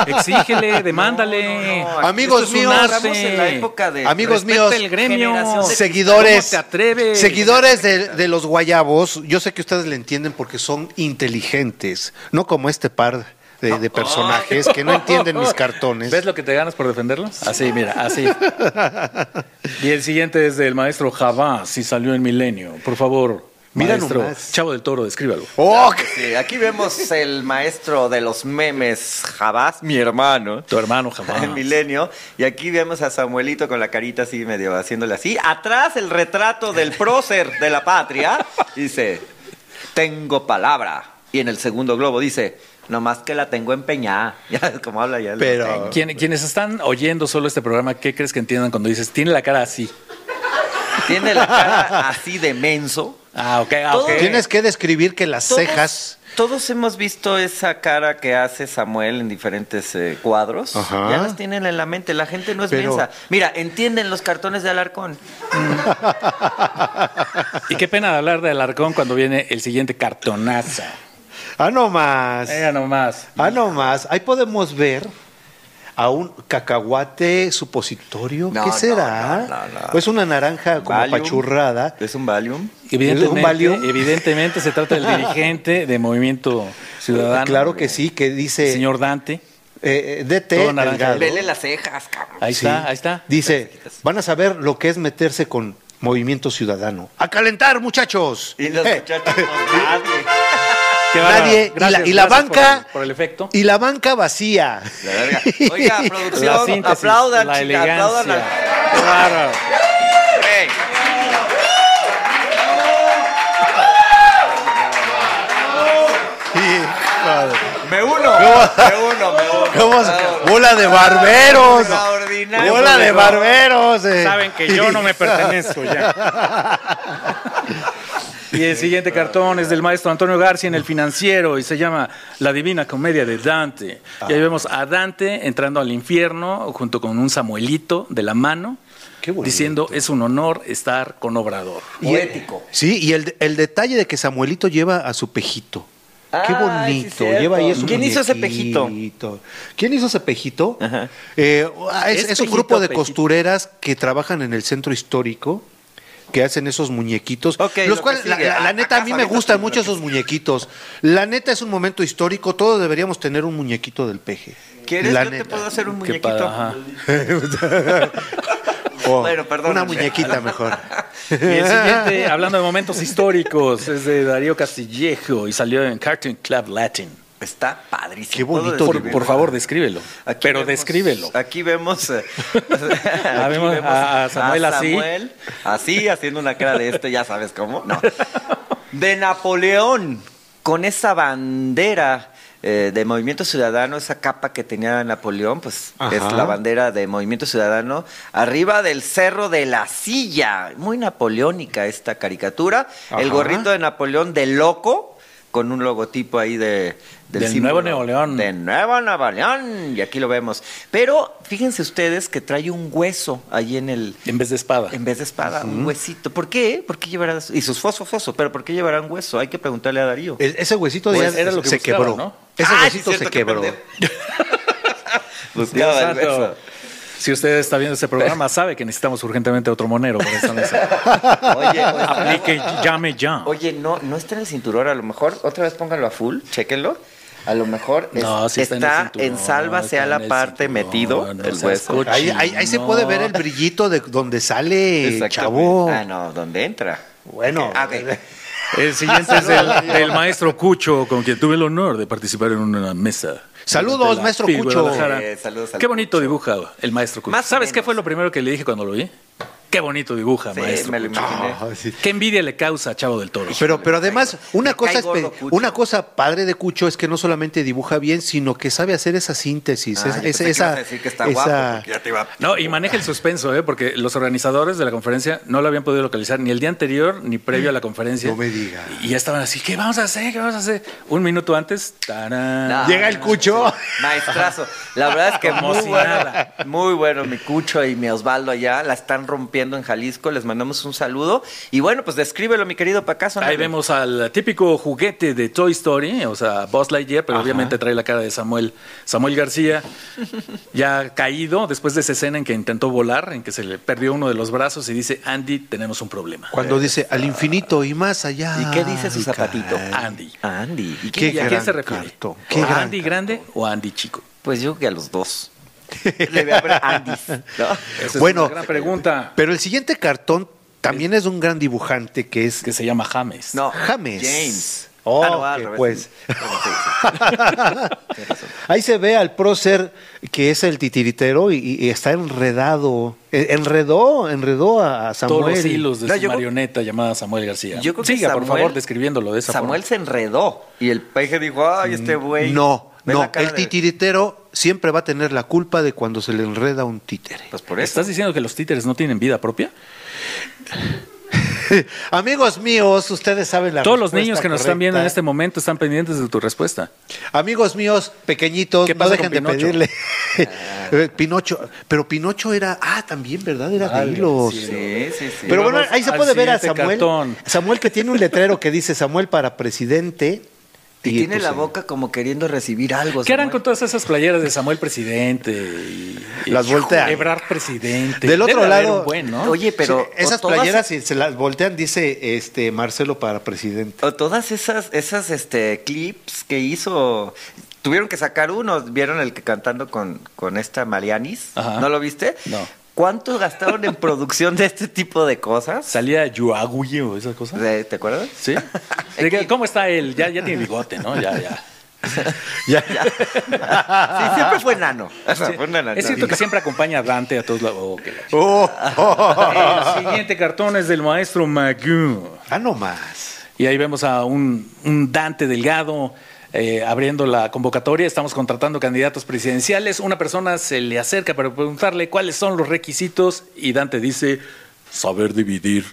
Speaker 2: Exígele, demándale.
Speaker 3: No, no,
Speaker 4: no. Amigos
Speaker 2: Esto es un
Speaker 4: míos,
Speaker 2: arte.
Speaker 3: Estamos en la época de...
Speaker 4: Amigos
Speaker 2: Respeta
Speaker 4: míos,
Speaker 2: el gremio.
Speaker 3: generación de-
Speaker 4: seguidores,
Speaker 2: ¿Cómo te atreves?
Speaker 4: seguidores de, de los guayabos, yo sé que ustedes le entienden porque son inteligentes, no como este par de, de personajes que no entienden mis cartones.
Speaker 2: ¿Ves lo que te ganas por defenderlo? Así, mira, así. Y el siguiente es del maestro Javá, si salió en Milenio. Por favor,
Speaker 4: Mira
Speaker 2: maestro
Speaker 4: nomás.
Speaker 2: Chavo del Toro, descríbalo.
Speaker 4: ¡Oh!
Speaker 3: Sí, aquí vemos el maestro de los memes, Jabás, mi hermano.
Speaker 2: Tu hermano Javá.
Speaker 3: En milenio, y aquí vemos a Samuelito con la carita así medio haciéndole así. Atrás el retrato del prócer de la patria. Dice: Tengo palabra. Y en el segundo globo dice: Nomás que la tengo empeñada. Ya, como habla ya. lo
Speaker 4: Pero-
Speaker 3: tengo.
Speaker 2: Quien- quienes están oyendo solo este programa, ¿qué crees que entiendan cuando dices, tiene la cara así?
Speaker 3: Tiene la cara así de menso.
Speaker 2: Ah, ok, ah,
Speaker 3: Todo-
Speaker 2: ok.
Speaker 4: Tienes que describir que las
Speaker 3: Todos-
Speaker 4: cejas.
Speaker 3: Todos hemos visto esa cara que hace Samuel en diferentes eh, cuadros.
Speaker 4: Ajá.
Speaker 3: Ya las tienen en la mente. La gente no es
Speaker 4: Pero-
Speaker 3: mensa. Mira, entienden los cartones de Alarcón.
Speaker 2: Y qué pena hablar de Alarcón cuando viene el siguiente cartonazo.
Speaker 4: Ah, no más.
Speaker 3: Eh,
Speaker 2: Era nomás.
Speaker 4: Ah, no más. Ahí podemos ver a un cacahuate supositorio.
Speaker 3: No,
Speaker 4: ¿Qué
Speaker 3: no,
Speaker 4: será?
Speaker 3: no, no, no.
Speaker 4: Pues una naranja como
Speaker 3: Valium.
Speaker 4: pachurrada.
Speaker 3: Es un Valium.
Speaker 4: ¿Un
Speaker 2: Evidentemente,
Speaker 4: Valium?
Speaker 2: evidentemente se trata del dirigente de Movimiento Ciudadano.
Speaker 4: Claro que sí, que dice
Speaker 2: Señor Dante.
Speaker 4: eh, eh, DT
Speaker 2: Todo naranja.
Speaker 4: Delgado.
Speaker 3: Vele las cejas, cabrón.
Speaker 2: Ahí
Speaker 4: Sí.
Speaker 2: está, ahí está.
Speaker 4: Dice, van a saber lo que es meterse con Movimiento Ciudadano. ¡A calentar, muchachos!
Speaker 3: Y los
Speaker 4: Eh,
Speaker 3: muchachos con nadie.
Speaker 2: Qué bárbaro.
Speaker 4: Nadie, y la-
Speaker 2: Gracias,
Speaker 4: y
Speaker 2: gracias
Speaker 4: la,
Speaker 2: por
Speaker 4: banca...
Speaker 2: el- por el efecto.
Speaker 4: Y la banca vacía.
Speaker 3: La verga. Oiga,
Speaker 2: La
Speaker 3: producción,
Speaker 2: síntesis,
Speaker 3: aplaudan,
Speaker 2: la
Speaker 3: chicas,
Speaker 2: elegancia.
Speaker 3: aplaudan al
Speaker 2: Qué bárbaro.
Speaker 3: rey. Me uno, me uno, me uno.
Speaker 4: ¿Cómo se- ¡Bola de barberos!
Speaker 3: Extraordinario.
Speaker 4: ¡Bola de barberos! eh.
Speaker 2: Saben que yo no me pertenezco ya. Y el siguiente cartón es del maestro Antonio García en El Financiero y se llama La Divina Comedia de Dante. Y
Speaker 4: Ah.
Speaker 2: ahí vemos a Dante entrando al infierno junto con un Samuelito de la mano,
Speaker 4: Qué bonito.
Speaker 2: diciendo es un honor estar con Obrador.
Speaker 4: Y el-
Speaker 3: Poético.
Speaker 4: Sí, y el, el detalle de que Samuelito lleva a su pejito. Qué
Speaker 3: Ay, Ah, sí,
Speaker 4: bonito.
Speaker 3: cierto.
Speaker 4: lleva ahí a su
Speaker 3: ¿Quién hizo ese
Speaker 4: muñequito. ¿Quién hizo ese pejito?
Speaker 3: Ajá.
Speaker 4: Eh, ah, es,
Speaker 2: ¿Es
Speaker 4: es un
Speaker 2: pejito,
Speaker 4: grupo de
Speaker 2: pejito?
Speaker 4: costureras que trabajan en el centro histórico que hacen esos muñequitos,
Speaker 3: Ok, lo
Speaker 4: los
Speaker 3: que
Speaker 4: cuales, la,
Speaker 3: sigue.
Speaker 4: la- la
Speaker 3: Ah,
Speaker 4: neta, a mí me
Speaker 3: Casablanca
Speaker 4: gustan
Speaker 3: sí,
Speaker 4: mucho
Speaker 3: lo que
Speaker 4: esos muñequitos. La neta es un momento histórico, todos deberíamos tener un muñequito del peje.
Speaker 3: ¿Quieres?
Speaker 4: La
Speaker 3: Yo te
Speaker 4: neta.
Speaker 3: puedo hacer un
Speaker 2: Qué padre, ajá.
Speaker 3: muñequito.
Speaker 4: O
Speaker 3: Bueno,
Speaker 4: Oh, una
Speaker 3: perdónenme.
Speaker 4: muñequita mejor.
Speaker 2: Y el siguiente, hablando de momentos históricos, es de Darío Castillejo y salió en Cartoon Club Latin.
Speaker 3: Está padrísimo.
Speaker 4: Qué bonito,
Speaker 3: Todo
Speaker 2: Por,
Speaker 3: describirlo.
Speaker 2: por favor, descríbelo.
Speaker 3: Aquí
Speaker 2: Pero
Speaker 3: vemos-
Speaker 2: descríbelo.
Speaker 3: Aquí vemos, eh,
Speaker 2: Ah,
Speaker 3: aquí
Speaker 2: vemos a- a Samuel así.
Speaker 3: Samuel así, haciendo una cara de este, ya sabes cómo. No. De Napoleón, con esa bandera eh, de Movimiento Ciudadano, esa capa que tenía Napoleón, pues
Speaker 4: Ajá.
Speaker 3: es la bandera de Movimiento Ciudadano, arriba del cerro de la silla. Muy napoleónica esta caricatura. El
Speaker 4: Ajá.
Speaker 3: gorrito de Napoleón de loco. Con un logotipo ahí de,
Speaker 2: Del Nuevo Nuevo León.
Speaker 3: de Nuevo Nuevo León. Y aquí lo vemos. Pero fíjense ustedes que trae un hueso ahí en el.
Speaker 2: En vez de espada.
Speaker 3: En vez de espada, un huesito. ¿Por qué? ¿Por qué llevará Y sus fosfosos, pero ¿por qué llevarán hueso? Hay que preguntarle a Darío.
Speaker 4: E- Ese huesito de
Speaker 2: Pues,
Speaker 4: ya
Speaker 2: era lo que
Speaker 4: se
Speaker 2: buscaba,
Speaker 4: quebró.
Speaker 2: ¿no?
Speaker 4: Ese
Speaker 3: Ah, sí,
Speaker 4: huesito
Speaker 3: cierto,
Speaker 4: se
Speaker 3: qué
Speaker 4: quebró.
Speaker 3: pendejo.
Speaker 2: Dios
Speaker 3: Buscaba el
Speaker 2: santo.
Speaker 3: hueso.
Speaker 2: Si usted está viendo este programa, sabe que necesitamos urgentemente otro monero. Por esta mesa.
Speaker 3: Oye, pues,
Speaker 2: Aplique, llame ya.
Speaker 3: oye, no, no está en el cinturón. A lo mejor, otra vez pónganlo a full, chéquenlo. A lo mejor es-
Speaker 2: No, sí
Speaker 3: está, en,
Speaker 2: cinturón,
Speaker 3: salva, sea
Speaker 2: está
Speaker 3: la
Speaker 2: en el
Speaker 3: parte
Speaker 2: cinturón,
Speaker 3: metido
Speaker 2: no
Speaker 3: el
Speaker 2: seas
Speaker 3: hueso.
Speaker 2: cochino.
Speaker 4: Ahí, ahí- ahí se puede ver el brillito de donde sale
Speaker 3: Exactamente.
Speaker 4: chavo.
Speaker 3: Ah, no, ¿dónde entra?
Speaker 4: Bueno,
Speaker 3: Ah, ok.
Speaker 2: El siguiente es del, del maestro Cucho, con quien tuve el honor de participar en una mesa.
Speaker 4: Saludos,
Speaker 2: De la
Speaker 4: maestro
Speaker 2: FIL
Speaker 4: Cucho.
Speaker 2: Guadalajara.
Speaker 3: Eh, saludos al
Speaker 2: Qué bonito
Speaker 3: Cucho.
Speaker 2: dibuja el maestro Cucho.
Speaker 3: Más o
Speaker 2: ¿Sabes qué
Speaker 3: menos.
Speaker 2: fue lo primero que le dije cuando lo vi? Qué bonito dibuja,
Speaker 3: Sí,
Speaker 2: maestro.
Speaker 3: me lo
Speaker 2: Cucho.
Speaker 3: imaginé.
Speaker 4: Ah, sí.
Speaker 2: Qué envidia le causa a Chavo del Toro.
Speaker 4: Pero, pero además, una
Speaker 3: Me
Speaker 4: cosa,
Speaker 3: cae
Speaker 4: es pe-
Speaker 3: gordo Cucho.
Speaker 4: una cosa padre de Cucho es que no solamente dibuja bien, sino que sabe hacer esa síntesis.
Speaker 3: Ah,
Speaker 4: esa-
Speaker 3: yo pensé
Speaker 4: esa-
Speaker 3: que ibas a
Speaker 4: esa-
Speaker 3: decir que está
Speaker 4: esa-
Speaker 3: guapo, porque ya te iba a-
Speaker 2: No, y maneja el suspenso, ¿eh? porque los organizadores de la conferencia no lo habían podido localizar ni el día anterior ni previo a la conferencia.
Speaker 4: No me diga.
Speaker 2: Y ya estaban así, ¿qué vamos a hacer? ¿Qué vamos a hacer? Un minuto antes, tarán.
Speaker 3: No.
Speaker 4: Llega el Cucho.
Speaker 3: Maestrazo. La verdad es que
Speaker 2: Como
Speaker 3: muy
Speaker 2: si
Speaker 3: bueno.
Speaker 2: nada.
Speaker 3: Muy bueno, mi Cucho y mi Osvaldo allá la están rompiendo en Jalisco. Les mandamos un saludo. Y bueno, pues descríbelo, mi querido Pacaso.
Speaker 2: Ahí
Speaker 3: ándale.
Speaker 2: vemos al típico juguete de Toy Story, o sea, Buzz Lightyear, pero
Speaker 4: Ajá.
Speaker 2: obviamente trae la cara de Samuel, Samuel García, ya caído después de esa escena en que intentó volar, en que se le perdió uno de los brazos y dice, Andy, tenemos un problema.
Speaker 4: Cuando dice al infinito y más allá.
Speaker 3: ¿Y qué dice su
Speaker 4: Ay,
Speaker 3: zapatito?
Speaker 4: caray.
Speaker 2: Andy.
Speaker 3: Andy. ¿Y
Speaker 4: Qué
Speaker 2: ¿Y a quién
Speaker 4: gran
Speaker 2: se refiere?
Speaker 4: cartón, qué
Speaker 2: ¿A
Speaker 4: gran
Speaker 2: Andy grande o a Andy chico?
Speaker 3: Pues yo creo que a los dos. Debe haber Andys. ¿no?
Speaker 2: Esa
Speaker 4: Bueno, eh,
Speaker 2: es una gran pregunta
Speaker 4: Pero el siguiente cartón también es de un gran dibujante que es
Speaker 2: que se llama James.
Speaker 3: No,
Speaker 4: James.
Speaker 3: James.
Speaker 4: Oh,
Speaker 3: Ah, no, al
Speaker 4: que
Speaker 3: revés.
Speaker 4: pues.
Speaker 3: Bueno, sí, sí.
Speaker 4: Ahí se ve al prócer que es el titiritero y, y está enredado. Eh, Enredó, enredó a a Samuel.
Speaker 2: todos los hilos de
Speaker 3: No,
Speaker 2: su
Speaker 3: yo creo-
Speaker 2: marioneta llamada Samuel García.
Speaker 3: Yo creo que
Speaker 2: Siga, por
Speaker 3: Samuel-
Speaker 2: favor, describiéndolo de esa
Speaker 3: Samuel
Speaker 2: forma. Mm,
Speaker 3: se enredó. Y el peje dijo, ay, este güey.
Speaker 4: No,
Speaker 3: Ve
Speaker 4: no.
Speaker 3: la cara
Speaker 4: El
Speaker 3: de-
Speaker 4: titiritero siempre va a tener la culpa de cuando se le enreda un títere.
Speaker 3: Pues por eso.
Speaker 2: ¿Estás diciendo que los títeres no tienen vida propia?
Speaker 4: Amigos míos, ustedes saben la
Speaker 2: Todos los
Speaker 4: respuesta
Speaker 2: niños que nos están viendo en
Speaker 4: correcta.
Speaker 2: este momento están pendientes de tu respuesta.
Speaker 4: Amigos míos, pequeñitos,
Speaker 2: ¿Qué
Speaker 4: no
Speaker 2: pasa
Speaker 4: dejen de
Speaker 2: con Pinocho?
Speaker 4: pedirle. Eh, Pinocho, pero Pinocho era, ah, también, ¿verdad? Era de
Speaker 2: Válgame
Speaker 4: hilos.
Speaker 2: cielo.
Speaker 3: Sí, sí, sí.
Speaker 4: Pero bueno,
Speaker 2: vamos
Speaker 4: ahí se
Speaker 2: al
Speaker 4: puede ver a
Speaker 2: siguiente
Speaker 4: Samuel.
Speaker 2: cartón.
Speaker 4: Samuel que tiene un letrero que dice Samuel para presidente.
Speaker 3: y tiene
Speaker 4: pues,
Speaker 3: la
Speaker 4: eh,
Speaker 3: boca como queriendo recibir algo.
Speaker 2: ¿Qué harán
Speaker 3: Pues, Samuel.
Speaker 2: con todas esas playeras de Samuel Presidente? y- y-
Speaker 4: Las voltean.
Speaker 2: Ebrard Presidente.
Speaker 4: Del otro
Speaker 2: Debe de haber
Speaker 4: lado-
Speaker 2: un buen, ¿no?
Speaker 3: Oye, pero.
Speaker 4: sí, esas
Speaker 3: o todas-
Speaker 4: playeras, si se las voltean, dice este Marcelo para presidente.
Speaker 3: O todas esas, esas este, clips que hizo. Tuvieron que sacar uno. ¿Vieron el que cantando con, con esta Marianis?
Speaker 2: Ajá.
Speaker 3: ¿No lo viste?
Speaker 2: No.
Speaker 3: ¿Cuánto gastaron en producción de este tipo de cosas?
Speaker 2: Salía Yuagui o esas cosas.
Speaker 3: ¿Te te acuerdas?
Speaker 2: ¿Sí? De que, ¿Cómo está él? Ya, ya tiene bigote, ¿no? Ya, ya.
Speaker 4: Ya.
Speaker 3: Sí, siempre fue nano. O sea,
Speaker 2: Sí.
Speaker 3: fue un enano.
Speaker 2: Es cierto que siempre acompaña a Dante a todos lados. Oh, qué la-
Speaker 4: Oh, oh, oh.
Speaker 2: El siguiente cartón es del maestro Magoo.
Speaker 4: Ah, no más.
Speaker 2: Y ahí vemos a un, un Dante Delgado eh, abriendo la convocatoria. Estamos contratando candidatos presidenciales. Una persona se le acerca para preguntarle cuáles son los requisitos y Dante dice saber dividir.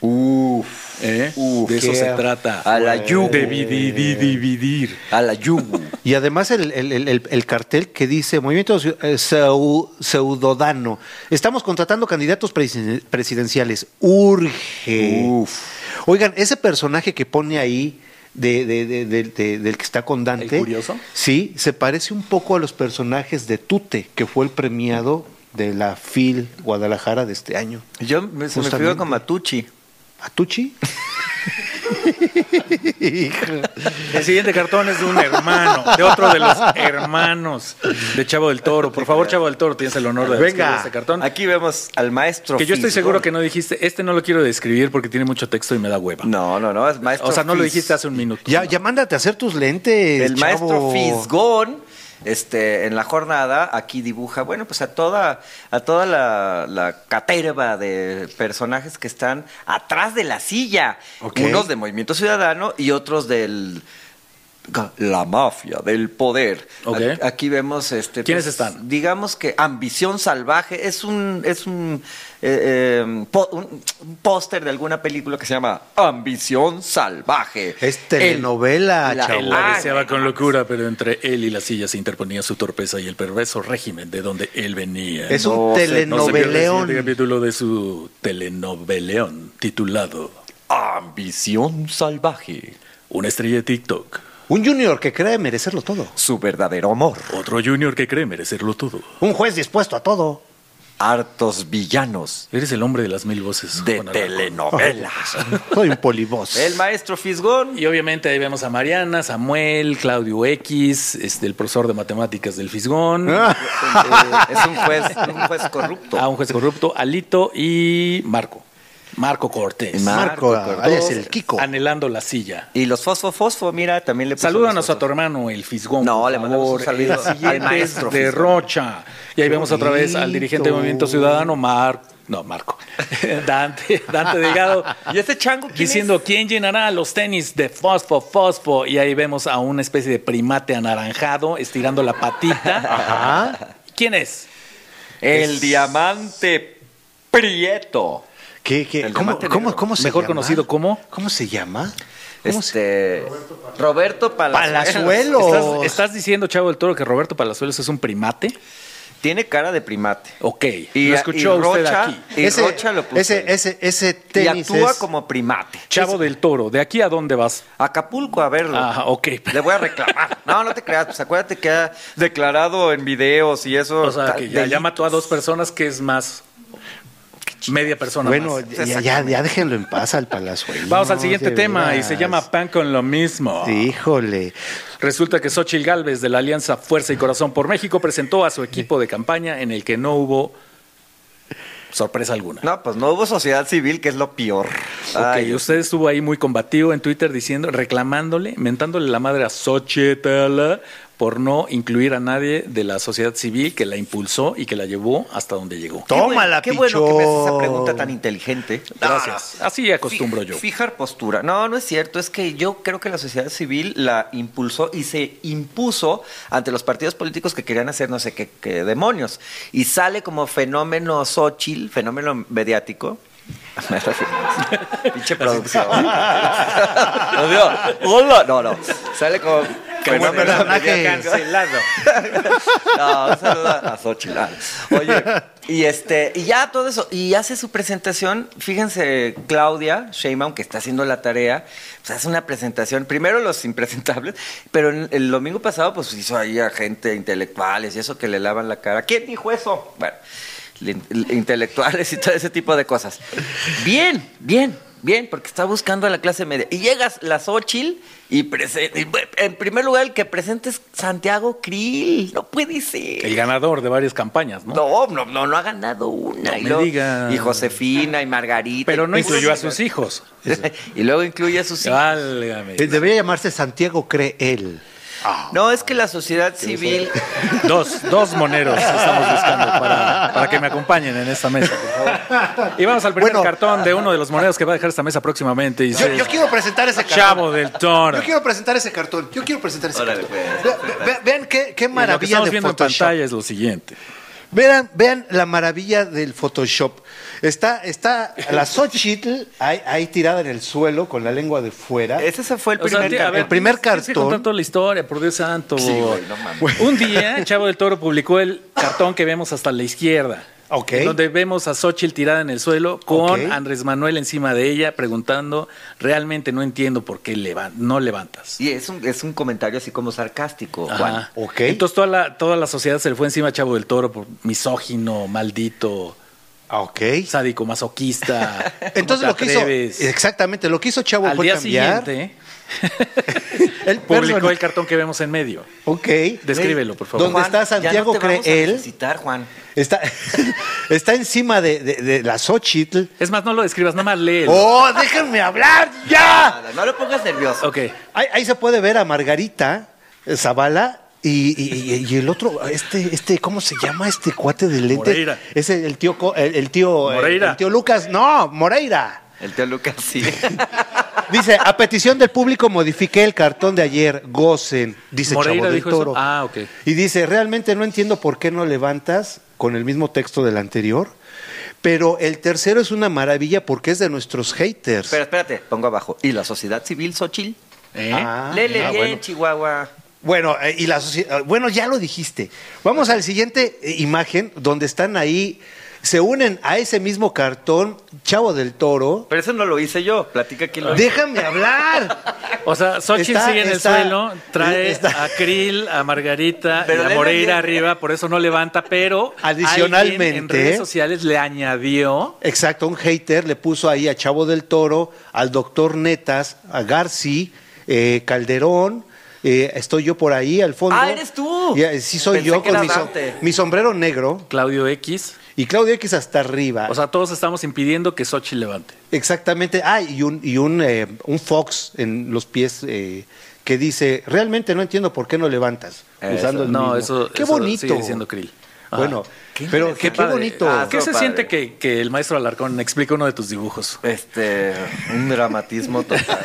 Speaker 2: ¿Eh?
Speaker 4: uf,
Speaker 2: de eso
Speaker 4: qué
Speaker 2: se trata.
Speaker 3: a la yugo.
Speaker 2: Dividir, dividir.
Speaker 3: A la yugo.
Speaker 4: Y además el, el- el- el- el cartel que dice Movimiento Ciu- eh, Seu- Pseudodano. Estamos contratando candidatos presiden- presidenciales. Urge.
Speaker 2: Uh.
Speaker 4: Oigan, ese personaje que pone ahí. de- de- de- de- de- del que está con Dante.
Speaker 2: ¿El curioso?
Speaker 4: Sí, se parece un poco a los personajes de Tute, que fue el premiado de la FIL Guadalajara de este año.
Speaker 3: Yo me,
Speaker 2: Pues
Speaker 3: se me
Speaker 4: Justamente.
Speaker 3: figura con Matucci.
Speaker 4: ¿Atuchi?
Speaker 2: El siguiente cartón es de un hermano, de otro de los hermanos de Chavo del Toro. Por favor, Chavo del Toro, tienes el honor de
Speaker 4: Venga.
Speaker 2: describir este cartón.
Speaker 3: Aquí vemos al maestro.
Speaker 2: Que yo estoy
Speaker 3: Fisgón.
Speaker 2: seguro que no dijiste, este no lo quiero describir porque tiene mucho texto y me da hueva.
Speaker 3: No, no, no, es maestro.
Speaker 2: o sea, no lo
Speaker 3: Fis-
Speaker 2: dijiste hace un minuto.
Speaker 4: Ya, ya mándate a hacer tus lentes.
Speaker 3: El maestro
Speaker 4: chavo.
Speaker 3: Fisgón, este, en la jornada, aquí dibuja, bueno, pues a toda, a toda la, la caterva de personajes que están atrás de la silla.
Speaker 4: Ok.
Speaker 3: Unos de Movimiento Ciudadano y otros del. La mafia del poder.
Speaker 2: Ok.
Speaker 3: A- Aquí vemos este.
Speaker 2: ¿Quiénes están?
Speaker 3: Digamos que ambición salvaje es un es un eh, eh, po- un- un póster de alguna película que se llama Ambición salvaje.
Speaker 4: Es
Speaker 3: El-
Speaker 4: telenovela,
Speaker 3: la-
Speaker 4: chavo.
Speaker 2: Él la
Speaker 3: Ah,
Speaker 2: deseaba
Speaker 3: no
Speaker 2: con
Speaker 3: mames.
Speaker 2: locura, pero entre él y la silla se interponía su torpeza y el perverso régimen de donde él venía.
Speaker 4: Es
Speaker 3: No
Speaker 4: un
Speaker 3: se- no se
Speaker 2: No se pierde el
Speaker 4: telenoveleón.
Speaker 2: siguiente capítulo de su telenoveleón titulado
Speaker 3: Ambición salvaje.
Speaker 2: Una estrella de TikTok.
Speaker 4: un junior que cree merecerlo todo.
Speaker 3: Su verdadero amor.
Speaker 2: Otro junior que cree merecerlo todo.
Speaker 4: Un juez dispuesto a todo.
Speaker 3: Hartos villanos
Speaker 2: Eres el hombre de las mil voces.
Speaker 3: de
Speaker 2: Juan Alarcón.
Speaker 3: telenovelas.
Speaker 4: Soy un polivoz.
Speaker 3: El maestro Fisgón.
Speaker 2: Y obviamente ahí vemos a Mariana, Samuel, Claudio X, este, el profesor de matemáticas del Fisgón,
Speaker 3: es un juez, un juez corrupto.
Speaker 2: a un juez corrupto, Alito y Marco. Marco Cortés.
Speaker 4: Marco,
Speaker 3: Marco Cortés.
Speaker 4: alias el Kiko.
Speaker 2: eh, Anhelando la silla.
Speaker 3: Y los fosfo fosfo, mira, también le puso
Speaker 2: Salúdanos a tu
Speaker 3: nosotros.
Speaker 2: hermano, el Fisgón.
Speaker 3: No,
Speaker 2: por
Speaker 3: le mandamos un
Speaker 2: favor.
Speaker 3: saludo
Speaker 2: El
Speaker 3: al
Speaker 2: siguiente
Speaker 3: maestro
Speaker 2: es de
Speaker 3: Fisgón.
Speaker 2: Rocha. Y ahí vemos otra vez al
Speaker 4: bonito.
Speaker 2: dirigente de Movimiento Ciudadano, Mar... No, Marco. Dante, Dante Delgado.
Speaker 3: ¿Y este chango quién
Speaker 2: Diciendo, ¿quién llenará los tenis de fosfo, fosfo? Y ahí vemos a una especie de primate anaranjado estirando la patita. ¿Quién es?
Speaker 3: El diamante Prieto.
Speaker 4: ¿Qué, qué?
Speaker 3: El
Speaker 4: ¿Cómo,
Speaker 3: diamante
Speaker 4: cómo,
Speaker 3: negro.
Speaker 4: cómo se
Speaker 2: Mejor
Speaker 4: llama?
Speaker 2: conocido como-
Speaker 4: ¿Cómo se llama? ¿Cómo se-
Speaker 3: Este Roberto Palazuelo.
Speaker 4: Palazuelo.
Speaker 2: ¿Estás,
Speaker 4: Los-
Speaker 2: estás diciendo, Chavo del Toro, que Roberto Palazuelos es un primate?
Speaker 3: Tiene cara de primate.
Speaker 2: Ok,
Speaker 3: Y,
Speaker 2: lo escuchó
Speaker 3: y
Speaker 2: usted
Speaker 3: Rocha,
Speaker 2: aquí.
Speaker 3: Y Rocha lo puso.
Speaker 4: ese,
Speaker 3: ahí.
Speaker 4: ese, ese
Speaker 3: y
Speaker 4: tenis
Speaker 3: actúa
Speaker 4: es-
Speaker 3: como primate.
Speaker 2: Chavo del Toro, ¿de aquí a dónde vas?
Speaker 3: Acapulco a verlo.
Speaker 2: Ajá, ok.
Speaker 3: Le voy a reclamar. No, no te creas. Pues acuérdate que ha declarado en videos y eso.
Speaker 2: O sea,
Speaker 3: tal-
Speaker 2: que ya,
Speaker 3: delito.
Speaker 2: ya mató a dos personas, que es más media persona
Speaker 4: Bueno,
Speaker 2: más.
Speaker 4: ya, ya- ya, déjenlo en paz al Palazuelo.
Speaker 2: Vamos al siguiente
Speaker 4: de
Speaker 2: tema y
Speaker 4: veras.
Speaker 2: se llama Pan con lo mismo.
Speaker 4: Híjole.
Speaker 2: Resulta que Xochitl Gálvez de la Alianza Fuerza y Corazón por México presentó a su equipo de campaña en el que no hubo sorpresa alguna.
Speaker 3: No, pues no hubo sociedad civil, que es lo peor.
Speaker 2: Ok,
Speaker 3: Ay,
Speaker 2: usted estuvo ahí muy combativo en Twitter diciendo, reclamándole, mentándole la madre a Xochitl por no incluir a nadie de la sociedad civil que la impulsó y que la llevó hasta donde llegó.
Speaker 3: qué bueno-
Speaker 4: Tómala,
Speaker 3: Qué bueno que me haces esa
Speaker 4: pichón.
Speaker 3: pregunta tan inteligente.
Speaker 2: Gracias. Así acostumbro
Speaker 3: Fij-
Speaker 2: yo.
Speaker 3: Fijar postura. No, no es cierto. Es que yo creo que la sociedad civil la impulsó y se impuso ante los partidos políticos que querían hacer no sé qué, qué demonios. Y sale como fenómeno Xochitl, fenómeno mediático. Me refiero. Pinche producción. Lo digo, hola. No, no. Sale como.
Speaker 4: Como
Speaker 3: Fenómeno
Speaker 4: personaje.
Speaker 3: medio
Speaker 2: Cancelado.
Speaker 3: No, un saludo a Xochitl. Ah, Oye, y este, y ya todo eso, y hace su presentación, fíjense, Claudia Sheinbaum, que está haciendo la tarea, pues hace una presentación, primero los impresentables, pero en- el domingo pasado, pues hizo ahí a gente intelectuales y eso que le lavan la cara. ¿Quién dijo eso? Bueno, le- le- intelectuales y todo ese tipo de cosas. Bien, bien. Bien, porque está buscando a la clase media. Y llegas la Xochitl y, prese- y, bueno, en primer lugar el que presente es Santiago Krill. No puede ser.
Speaker 2: El ganador de varias campañas, ¿no?
Speaker 3: No, no, no, no ha ganado una.
Speaker 2: No
Speaker 3: y,
Speaker 2: me
Speaker 3: luego-
Speaker 2: diga.
Speaker 3: y Josefina y Margarita.
Speaker 2: Pero no
Speaker 3: Y-
Speaker 2: incluyó a sus hijos.
Speaker 3: y luego incluye a sus hijos.
Speaker 2: Válgame.
Speaker 4: Eh, Debería llamarse Santiago Creel.
Speaker 3: No, es que la sociedad civil.
Speaker 2: Dos, dos moneros estamos buscando para, para que me acompañen en esta mesa, por favor. Y vamos al primer
Speaker 4: Bueno.
Speaker 2: cartón de uno de los moneros que va a dejar esta mesa próximamente. Y
Speaker 4: Yo,
Speaker 2: dice,
Speaker 4: yo quiero presentar ese cartón.
Speaker 2: Chavo del Toro.
Speaker 4: Yo quiero presentar ese cartón. Yo quiero presentar ese
Speaker 3: Órale,
Speaker 4: cartón.
Speaker 3: pues,
Speaker 4: Ve- ve- vean qué, qué
Speaker 2: Y Lo que
Speaker 4: maravilla
Speaker 2: estamos
Speaker 4: de
Speaker 2: viendo en
Speaker 4: Photoshop.
Speaker 2: pantalla es lo siguiente.
Speaker 4: Vean, vean la maravilla del Photoshop. Está, está la Xochitl ahí, ahí tirada en el suelo con la lengua de fuera.
Speaker 3: Ese se fue el
Speaker 2: O sea,
Speaker 3: primer.
Speaker 2: tía, a
Speaker 3: cartón.
Speaker 2: ver,
Speaker 4: El primer
Speaker 2: tienes que contar
Speaker 4: cartón.
Speaker 2: toda la historia, por Dios santo.
Speaker 3: Sí, güey, no mames.
Speaker 2: Un día, Chavo del Toro publicó el cartón que vemos hasta la izquierda.
Speaker 4: Ok.
Speaker 2: en Donde vemos a Xochitl tirada en el suelo con
Speaker 4: Ok.
Speaker 2: Andrés Manuel encima de ella preguntando, realmente no entiendo por qué levan- no levantas.
Speaker 3: Y es un, es un comentario así como sarcástico, Juan.
Speaker 2: Ajá.
Speaker 4: Ok.
Speaker 2: Entonces toda la, toda la sociedad se le fue encima a Chavo del Toro por misógino, maldito,
Speaker 4: Ah, ok.
Speaker 2: sádico, masoquista. ¿Cómo te
Speaker 4: Entonces lo que hizo.
Speaker 2: atreves?
Speaker 4: Exactamente, lo que hizo Chavo
Speaker 2: Al
Speaker 4: fue
Speaker 2: día
Speaker 4: cambiar.
Speaker 2: siguiente
Speaker 4: El
Speaker 2: publicó
Speaker 4: personaje.
Speaker 2: el cartón que vemos en medio.
Speaker 4: Ok.
Speaker 2: Descríbelo, por favor.
Speaker 4: ¿Dónde está Santiago
Speaker 3: ya no te vamos a
Speaker 4: Creel?
Speaker 3: necesitar, Juan.
Speaker 4: Está, está encima de, de- de la Xochitl.
Speaker 2: Es más, no lo describas, nada más léelo.
Speaker 4: ¡Oh, déjenme hablar ya!
Speaker 3: Nada, no lo pongas nervioso.
Speaker 2: Ok.
Speaker 4: Ahí, ahí se puede ver a Margarita eh, Zavala y, y- y- y el otro, este, este, ¿cómo se llama este cuate del lente?
Speaker 2: Moreira.
Speaker 4: Es el, el tío, co- el, el tío, eh,
Speaker 2: Moreira.
Speaker 4: el tío Lucas. No, Moreira.
Speaker 3: El tío Lucas sí.
Speaker 4: Dice, a petición del público modifiqué el cartón de ayer, gocen, dice
Speaker 2: Moreira
Speaker 4: Chavo del
Speaker 2: dijo eso.
Speaker 4: Toro.
Speaker 2: Ah, ok.
Speaker 4: Y dice, realmente no entiendo por qué no levantas con el mismo texto del anterior, pero el tercero es una maravilla porque es de nuestros haters.
Speaker 3: Pero espérate, pongo abajo. ¿Y la sociedad civil, Xochitl?
Speaker 2: ¿Eh?
Speaker 4: Ah,
Speaker 3: Lele
Speaker 4: ah,
Speaker 3: bien,
Speaker 4: bueno.
Speaker 3: Chihuahua.
Speaker 4: Bueno, eh, y la socie- eh, bueno, ya lo dijiste. Vamos al siguiente eh, imagen donde están ahí, se unen a ese mismo cartón, Chavo del Toro.
Speaker 3: Pero eso no lo hice yo. Platica quién lo hizo.
Speaker 4: Déjame hablar.
Speaker 2: O sea, Xochitl
Speaker 4: Está-
Speaker 2: sigue en
Speaker 4: está-
Speaker 2: el
Speaker 4: eh,
Speaker 2: suelo, trae
Speaker 4: está-
Speaker 2: a Krill, a Margarita
Speaker 3: Pero
Speaker 2: y a
Speaker 3: le
Speaker 2: Moreira
Speaker 3: dañé.
Speaker 2: arriba, por eso no levanta, pero
Speaker 4: Adicionalmente-
Speaker 2: alguien en redes sociales le añadió
Speaker 4: Exacto, un hater le puso ahí a Chavo del Toro, al doctor Netas, a Garci, eh, Calderón. eh, estoy yo por ahí al fondo.
Speaker 3: Ah, eres tú.
Speaker 4: Y, eh, sí, soy
Speaker 3: Pensé
Speaker 4: yo
Speaker 3: que
Speaker 4: con
Speaker 3: era
Speaker 4: mi, som-
Speaker 3: Dante.
Speaker 4: mi sombrero negro
Speaker 2: Claudio X.
Speaker 4: y Claudio X hasta arriba.
Speaker 2: O sea, todos estamos impidiendo que Xochitl levante.
Speaker 4: Exactamente. Ah, y un, y un, eh, un fox en los pies eh, que dice, realmente no entiendo por qué no levantas.
Speaker 3: Eso,
Speaker 4: usando el
Speaker 2: no,
Speaker 4: mismo.
Speaker 2: eso-
Speaker 4: Qué
Speaker 2: eso
Speaker 4: bonito.
Speaker 2: sigue diciendo Krill. Ajá.
Speaker 4: Bueno,
Speaker 3: Qué
Speaker 4: pero
Speaker 3: interesante.
Speaker 4: qué, qué
Speaker 3: Padre.
Speaker 4: bonito.
Speaker 3: Ah,
Speaker 2: ¿Qué
Speaker 3: Eso,
Speaker 2: se
Speaker 3: padre.
Speaker 2: siente que, que el maestro Alarcón explica uno de tus dibujos?
Speaker 3: Este, un dramatismo total.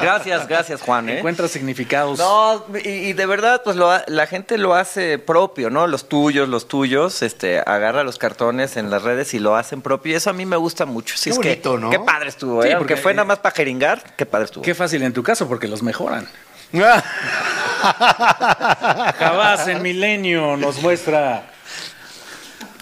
Speaker 3: gracias, gracias, Juan. ¿eh?
Speaker 2: Encuentra significados.
Speaker 3: No, y, y de verdad, pues lo ha- la gente lo hace propio, ¿no? Los tuyos, los tuyos, este, agarra los cartones en las redes y lo hacen propio. Y eso a mí me gusta mucho. Sí,
Speaker 4: Qué
Speaker 3: es que-
Speaker 4: bonito, ¿no?
Speaker 3: Qué padre estuvo,
Speaker 2: Sí,
Speaker 3: ¿eh?
Speaker 2: porque-
Speaker 3: Aunque fue nada más para jeringar, qué padre estuvo.
Speaker 2: Qué fácil en tu caso, porque los mejoran.
Speaker 4: Ah.
Speaker 2: Jamás en Milenio nos muestra.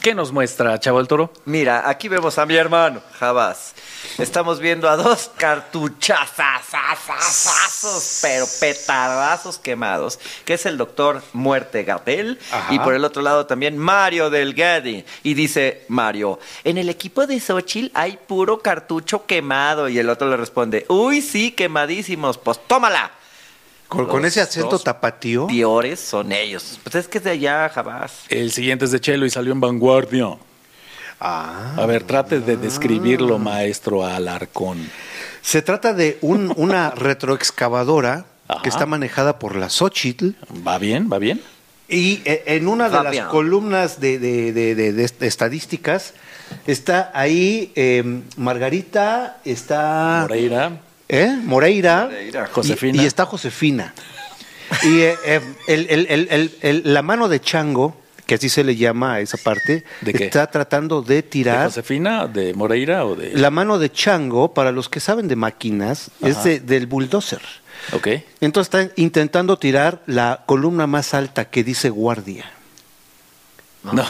Speaker 2: ¿Qué nos muestra, Chavo el Toro?
Speaker 3: Mira, aquí vemos a mi hermano, Jabás. Estamos viendo a dos cartuchazazazazazos, pero petardazos quemados, que es el doctor Muerte Gatel.
Speaker 4: Ajá.
Speaker 3: Y por el otro lado también Mario Delgadi. Y dice Mario, en el equipo de Xochitl hay puro cartucho quemado. Y el otro le responde, uy, sí, quemadísimos, pues tómala.
Speaker 4: con, con ese
Speaker 3: Los
Speaker 4: acento
Speaker 3: dos
Speaker 4: tapatío.
Speaker 3: Peores son ellos. Pues es que es de allá, Jabás.
Speaker 2: El siguiente es de Chelo y salió en Vanguardia.
Speaker 4: Ah.
Speaker 2: A ver, trate de describirlo, maestro Alarcón.
Speaker 4: Se trata de un- una retroexcavadora
Speaker 2: Ajá.
Speaker 4: que está manejada por la Xochitl.
Speaker 2: ¿Va bien? ¿Va bien?
Speaker 4: Y eh, en una de
Speaker 3: Va
Speaker 4: las
Speaker 3: bien.
Speaker 4: columnas de, de- de- de- de est- estadísticas está ahí eh, Margarita, está
Speaker 2: Ah. Moreira.
Speaker 4: ¿eh? Moreira,
Speaker 3: Moreira.
Speaker 4: y-
Speaker 2: Josefina.
Speaker 4: Y, em, está Josefina. Y eh, eh, el- el- el- el- el- la mano de Chango, que así se le llama a esa parte,
Speaker 2: ¿De qué?
Speaker 4: está tratando de
Speaker 2: ¿De
Speaker 4: tirar
Speaker 2: Josefina? ¿De Moreira? o de...?
Speaker 4: la mano de chango, para los que saben de máquinas, es
Speaker 2: Ajá.
Speaker 4: de- del bulldozer.
Speaker 2: Ok.
Speaker 4: Entonces está intentando tirar la columna más alta que dice guardia.
Speaker 2: No.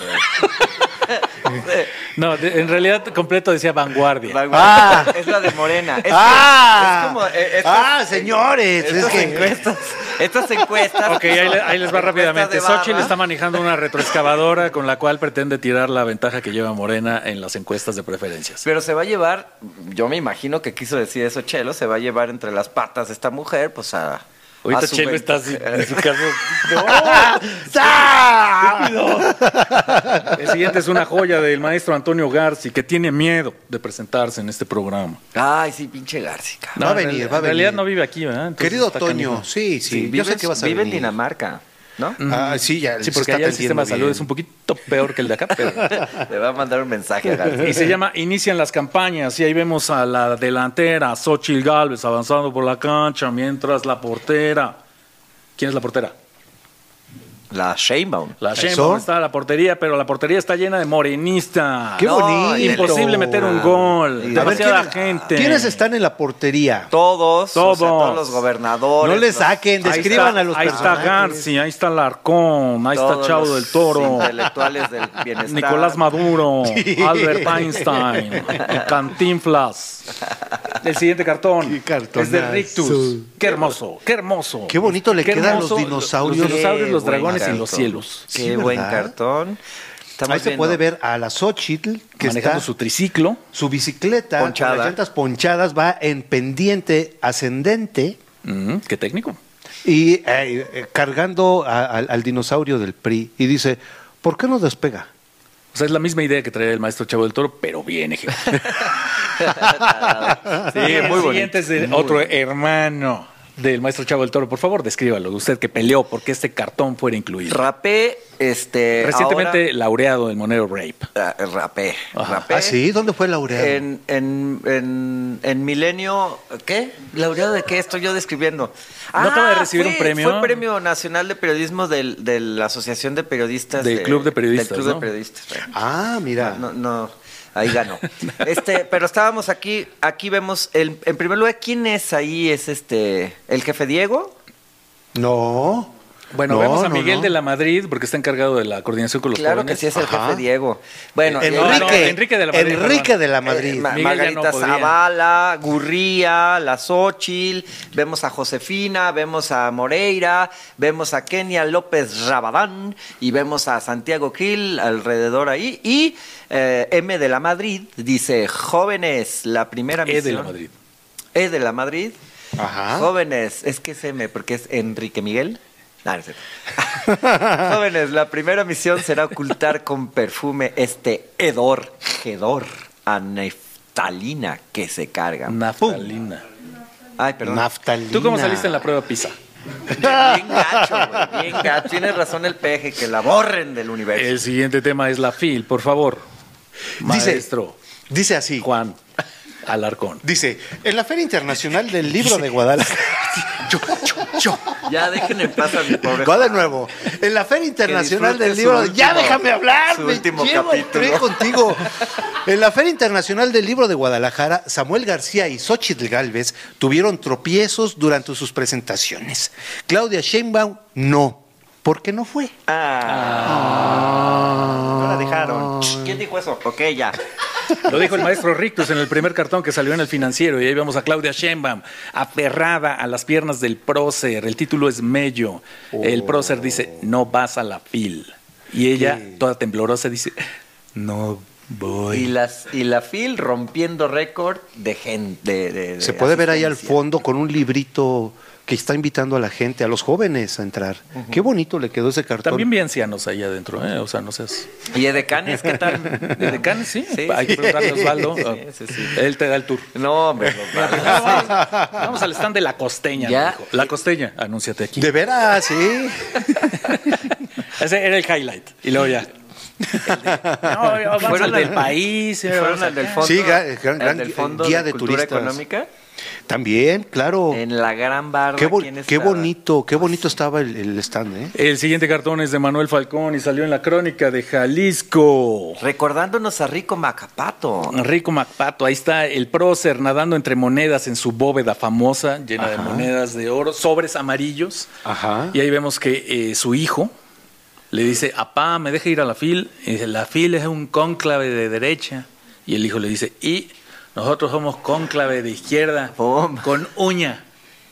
Speaker 2: no, de- en realidad completo decía vanguardia.
Speaker 4: Ah.
Speaker 3: Es la de Morena. Es que-
Speaker 4: ¡Ah!
Speaker 3: es como, eh, estas-
Speaker 4: ¡Ah, señores! Es
Speaker 3: Estas
Speaker 4: que-
Speaker 3: encuestas. Estas encuestas.
Speaker 2: Ok, ahí, le- ahí les va
Speaker 3: encuestas
Speaker 2: rápidamente.
Speaker 3: de barra.
Speaker 2: Xochitl está manejando una retroexcavadora con la cual pretende tirar la ventaja que lleva Morena en las encuestas de preferencias.
Speaker 3: Pero se va a llevar, yo me imagino que quiso decir eso Chelo, se va a llevar entre las patas de esta mujer, pues a.
Speaker 2: Ahorita
Speaker 3: a su
Speaker 2: Chelo
Speaker 3: ven-
Speaker 2: está así, en su caso.
Speaker 4: ¡Ah!
Speaker 2: El siguiente es una joya del maestro Antonio Garci que tiene miedo de presentarse en este programa.
Speaker 3: Ay, sí, pinche Gárcica.
Speaker 4: Va a
Speaker 2: en
Speaker 4: venir,
Speaker 2: real-
Speaker 4: va a
Speaker 2: En realidad
Speaker 4: venir.
Speaker 2: no vive aquí, ¿verdad? Entonces
Speaker 4: Querido
Speaker 2: está
Speaker 4: Toño,
Speaker 2: canijo.
Speaker 4: sí, sí, yo sé que vas a
Speaker 3: Vive en
Speaker 4: venir.
Speaker 3: Dinamarca, ¿no?
Speaker 4: Ah, sí, ya
Speaker 2: Sí,
Speaker 4: se
Speaker 2: porque
Speaker 4: está
Speaker 2: allá el
Speaker 4: atendiendo
Speaker 2: sistema de salud
Speaker 4: bien.
Speaker 2: es un poquito peor que el de acá, pero...
Speaker 3: Le va a mandar un mensaje a Gárcica.
Speaker 2: Y se llama Inician las campañas y ahí vemos a la delantera, Xochitl Galvez avanzando por la cancha, mientras la portera... ¿Quién es la portera?
Speaker 3: La Sheinbaum.
Speaker 2: La
Speaker 4: ¿Eso?
Speaker 2: Sheinbaum está a la portería, pero la portería está llena de morenistas.
Speaker 4: ¡Qué
Speaker 3: No,
Speaker 4: bonito!
Speaker 2: Imposible meter un
Speaker 4: A
Speaker 2: gol.
Speaker 4: ver,
Speaker 2: Demasiada
Speaker 4: ¿quiénes-
Speaker 2: gente.
Speaker 4: ¿Quiénes están en la portería?
Speaker 3: Todos, o sea,
Speaker 2: Todos.
Speaker 3: todos los gobernadores.
Speaker 4: No le
Speaker 3: los-
Speaker 4: saquen,
Speaker 2: Ahí
Speaker 4: describan
Speaker 2: está-
Speaker 4: a los
Speaker 2: Ahí está
Speaker 4: personajes.
Speaker 2: Garci, ahí está Larcón, ahí está
Speaker 3: todos
Speaker 2: Chavo
Speaker 3: los
Speaker 2: del Toro.
Speaker 3: Intelectuales del bienestar.
Speaker 2: Nicolás Maduro, Albert Einstein, Cantinflas. El siguiente
Speaker 4: Qué
Speaker 2: cartón
Speaker 4: cartonazo.
Speaker 2: es de Rictus. Qué hermoso, qué hermoso.
Speaker 4: Qué bonito le
Speaker 2: Qué
Speaker 4: quedan los
Speaker 2: hermoso
Speaker 4: dinosaurios.
Speaker 2: Los dinosaurios,
Speaker 3: Qué
Speaker 2: los
Speaker 3: buen
Speaker 2: dragones y
Speaker 3: cartón.
Speaker 2: los cielos.
Speaker 3: Qué
Speaker 4: Sí,
Speaker 3: buen
Speaker 4: ¿verdad?
Speaker 3: cartón. Estamos
Speaker 4: Ahí se
Speaker 3: viendo-
Speaker 4: puede ver a la Xochitl que
Speaker 2: manejando
Speaker 4: está
Speaker 2: su triciclo.
Speaker 4: su bicicleta
Speaker 3: Ponchada.
Speaker 4: con las llantas ponchadas va en pendiente ascendente
Speaker 2: Mm, qué técnico.
Speaker 4: y eh, eh, cargando a- al- al dinosaurio del PRI y dice, ¿por qué no despega?
Speaker 2: O sea, es la misma idea que traía el maestro Chavo del Toro, pero bien ejecutado. sí,
Speaker 3: muy
Speaker 2: el
Speaker 3: bonito.
Speaker 2: siguiente es de otro hermano del maestro Chavo del Toro. Por favor, descríbalo. Usted que peleó porque este cartón fuera incluido.
Speaker 3: Rapé, este.
Speaker 2: Recientemente laureado del Monero Rape.
Speaker 3: ahora- ah, rapé.
Speaker 2: Ajá.
Speaker 3: rapé.
Speaker 4: ¿Ah, sí? ¿Dónde fue laureado?
Speaker 3: En, en, en, en Milenio, ¿qué? ¿Laureado de qué estoy yo describiendo? Ah,
Speaker 2: ¿No acaba de recibir
Speaker 3: fue-
Speaker 2: un premio?
Speaker 3: Fue Premio Nacional de Periodismo del- de la Asociación de Periodistas.
Speaker 2: Del Club de Periodistas,
Speaker 3: Del Club
Speaker 2: ¿no?
Speaker 3: de Periodistas.
Speaker 4: Ah, mira.
Speaker 3: No, no, ahí ganó. Este, pero estábamos aquí, aquí vemos, el, en primer lugar, ¿quién es ahí? ¿Es este, el jefe Diego?
Speaker 4: No.
Speaker 2: Bueno,
Speaker 4: No,
Speaker 2: vemos a
Speaker 4: no,
Speaker 2: Miguel
Speaker 4: no.
Speaker 2: de la Madrid porque está encargado de la coordinación con los
Speaker 3: Claro que
Speaker 2: jóvenes.
Speaker 3: sí es el
Speaker 4: Ajá.
Speaker 3: jefe Diego. Bueno,
Speaker 2: Eh,
Speaker 3: y-
Speaker 2: no,
Speaker 4: Enrique,
Speaker 2: no, Enrique de la Madrid,
Speaker 4: Enrique
Speaker 2: perdón.
Speaker 4: de la
Speaker 3: Eh,
Speaker 4: Madrid.
Speaker 3: Ma-
Speaker 2: Miguel ya no
Speaker 3: Margarita
Speaker 2: podía.
Speaker 3: Zavala, Gurría, La Xochil, vemos a Josefina, vemos a Moreira, vemos a Kenia López Rabadán y vemos a Santiago Krill alrededor ahí. Y eh, M de la Madrid dice: Jóvenes, la primera
Speaker 2: E
Speaker 3: misión.
Speaker 2: de la Madrid.
Speaker 3: E de la Madrid.
Speaker 4: Ajá.
Speaker 3: Jóvenes, es que es M, porque es Enrique Miguel. No, no es cierto. Jóvenes, la primera misión será ocultar con perfume este hedor, hedor a neftalina que se carga.
Speaker 2: Naftalina.
Speaker 3: Ay, perdón.
Speaker 4: Naftalina.
Speaker 2: ¿Tú cómo saliste en la prueba PISA?
Speaker 3: bien gacho, güey, bien gacho. Tienes razón el peje, que la borren del universo.
Speaker 2: El siguiente tema es la FIL, por favor.
Speaker 4: Dice-
Speaker 2: Maestro
Speaker 4: Dice así.
Speaker 2: Juan Alarcón.
Speaker 4: Dice, en la Feria Internacional del Libro de Guadalajara.
Speaker 3: Ya dejen en paz a mi pobre.
Speaker 4: Va de nuevo. En la Feria Internacional
Speaker 3: disfrute
Speaker 4: del
Speaker 3: su
Speaker 4: Libro. ya
Speaker 3: último-
Speaker 4: déjame hablar.
Speaker 3: su
Speaker 4: me
Speaker 3: último
Speaker 4: llevo el tren
Speaker 3: capítulo.
Speaker 4: contigo. En la Feria Internacional del Libro de Guadalajara, Samuel García y Xochitl Galvez tuvieron tropiezos durante sus presentaciones. Claudia Sheinbaum no, porque no fue.
Speaker 3: Ah.
Speaker 4: Ah.
Speaker 3: No la dejaron. ¿Quién dijo eso? Ok, ya.
Speaker 2: Lo dijo el maestro Rictus en el primer cartón que salió en el financiero. Y ahí vemos a Claudia Sheinbaum aferrada a las piernas del prócer. El título es Mello. El prócer dice, no vas a la FIL. Y ella, toda temblorosa, dice, no voy.
Speaker 3: Y, las, y la FIL rompiendo récord de gente. de- de- de
Speaker 4: Se puede ver ahí al
Speaker 3: asistencia.
Speaker 4: fondo con un librito que está invitando a la gente, a los jóvenes a entrar. Qué bonito le quedó ese cartón.
Speaker 2: También vi ancianos ahí adentro, ¿eh? O sea, no seas.
Speaker 3: ¿Y Edecanes qué tal?
Speaker 2: De decanes, sí.
Speaker 3: Sí,
Speaker 2: Hay que
Speaker 3: sí.
Speaker 2: preguntarle a Osvaldo.
Speaker 3: Sí, sí, sí.
Speaker 2: Él te da el tour.
Speaker 3: No, hombre. los barrios.
Speaker 2: Vamos al stand de la costeña.
Speaker 3: Ya.
Speaker 2: me dijo. La costeña, anúnciate aquí.
Speaker 4: De veras, sí.
Speaker 2: Ese era el highlight. Y luego ya. No, yo, vamos
Speaker 3: Fueron
Speaker 2: al del
Speaker 3: al-
Speaker 2: país. eh,
Speaker 3: Fueron
Speaker 2: vamos
Speaker 3: al del
Speaker 2: acá.
Speaker 3: fondo.
Speaker 4: Sí, ga- gran-
Speaker 3: al
Speaker 4: gran
Speaker 3: del fondo
Speaker 4: guía
Speaker 3: de
Speaker 4: de
Speaker 3: cultura
Speaker 4: turistas.
Speaker 3: económica.
Speaker 4: También, claro.
Speaker 3: En Eh, la gran barra.
Speaker 4: Qué, bo-
Speaker 3: ¿quién
Speaker 4: qué
Speaker 3: estaba?
Speaker 4: bonito, qué bonito estaba el, el stand, ¿eh?
Speaker 2: El siguiente cartón es de Manuel Falcón y salió en la crónica de Jalisco.
Speaker 3: Recordándonos a Rico Macapato.
Speaker 2: Rico Macpato, ahí está el prócer nadando entre monedas en su bóveda famosa, llena de
Speaker 4: Ajá.
Speaker 2: monedas de oro, sobres amarillos.
Speaker 4: Ajá.
Speaker 2: Y ahí vemos que eh, su hijo le dice, apá, me deja ir a la FIL. Y dice, la FIL es un cónclave de derecha. Y el hijo le dice, y nosotros somos cónclave de izquierda
Speaker 3: Oh.
Speaker 2: con uña,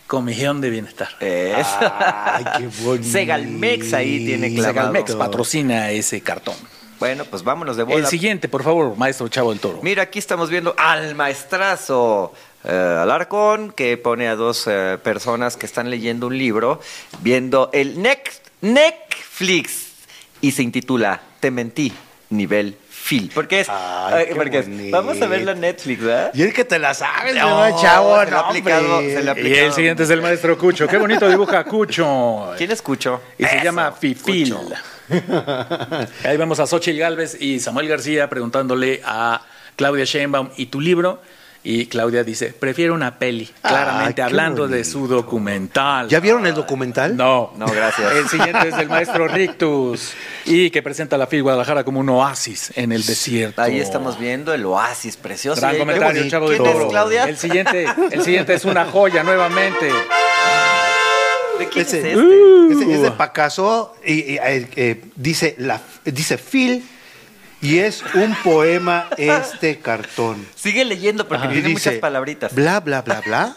Speaker 2: comisión de bienestar.
Speaker 3: Es.
Speaker 4: Ay, qué bonito.
Speaker 3: Segalmex ahí tiene clavado.
Speaker 2: Segalmex patrocina ese cartón.
Speaker 3: Bueno, pues vámonos de
Speaker 2: El
Speaker 3: bola.
Speaker 2: siguiente, por favor, maestro Chavo del Toro.
Speaker 3: Mira, aquí estamos viendo al maestrazo eh, Alarcón, que pone a dos eh, personas que están leyendo un libro, viendo el Nex- Netflix, y se intitula Te mentí, nivel Phil. Porque es,
Speaker 4: Ay,
Speaker 3: eh,
Speaker 4: qué
Speaker 3: porque es,
Speaker 4: bonito.
Speaker 3: vamos a ver la Netflix, ¿verdad?
Speaker 4: Y el que te la sabes,
Speaker 3: No,
Speaker 4: ¿verdad, chavo,
Speaker 3: se le ha
Speaker 4: No,
Speaker 3: aplicado,
Speaker 4: hombre.
Speaker 3: se le ha
Speaker 2: Y
Speaker 3: aplicado.
Speaker 2: el siguiente es el maestro Cucho. Qué bonito dibuja Cucho.
Speaker 3: ¿Quién escuchó?
Speaker 2: Y se
Speaker 3: Eso,
Speaker 2: llama Fifil.
Speaker 3: escucho.
Speaker 2: Ahí vemos a Xochitl Galvez y Samuel García preguntándole a Claudia Sheinbaum y tu libro. Y Claudia dice, prefiero una peli,
Speaker 4: Ah,
Speaker 2: claramente
Speaker 4: qué
Speaker 2: hablando de
Speaker 4: bonito.
Speaker 2: su documental.
Speaker 4: ¿Ya vieron el documental?
Speaker 2: No.
Speaker 3: No, gracias.
Speaker 2: El siguiente es del maestro Rictus y que presenta a la FIL Guadalajara como un oasis en el desierto.
Speaker 3: Ahí estamos viendo el oasis precioso.
Speaker 2: Gran
Speaker 3: Y ahí vemos-
Speaker 2: comentario, Chavo del
Speaker 3: ¿Quién
Speaker 2: Toro.
Speaker 3: es Claudia?
Speaker 2: El siguiente, el siguiente es una joya nuevamente.
Speaker 3: ¿De quién
Speaker 4: Ese-
Speaker 3: es este?
Speaker 2: Uh.
Speaker 4: Ese Es, de Pacaso y, y, eh, eh, dice, la, dice Phil y es un poema este cartón.
Speaker 3: Sigue leyendo porque
Speaker 4: Y
Speaker 3: tiene
Speaker 4: dice,
Speaker 3: muchas palabritas.
Speaker 4: Bla, bla, bla, bla.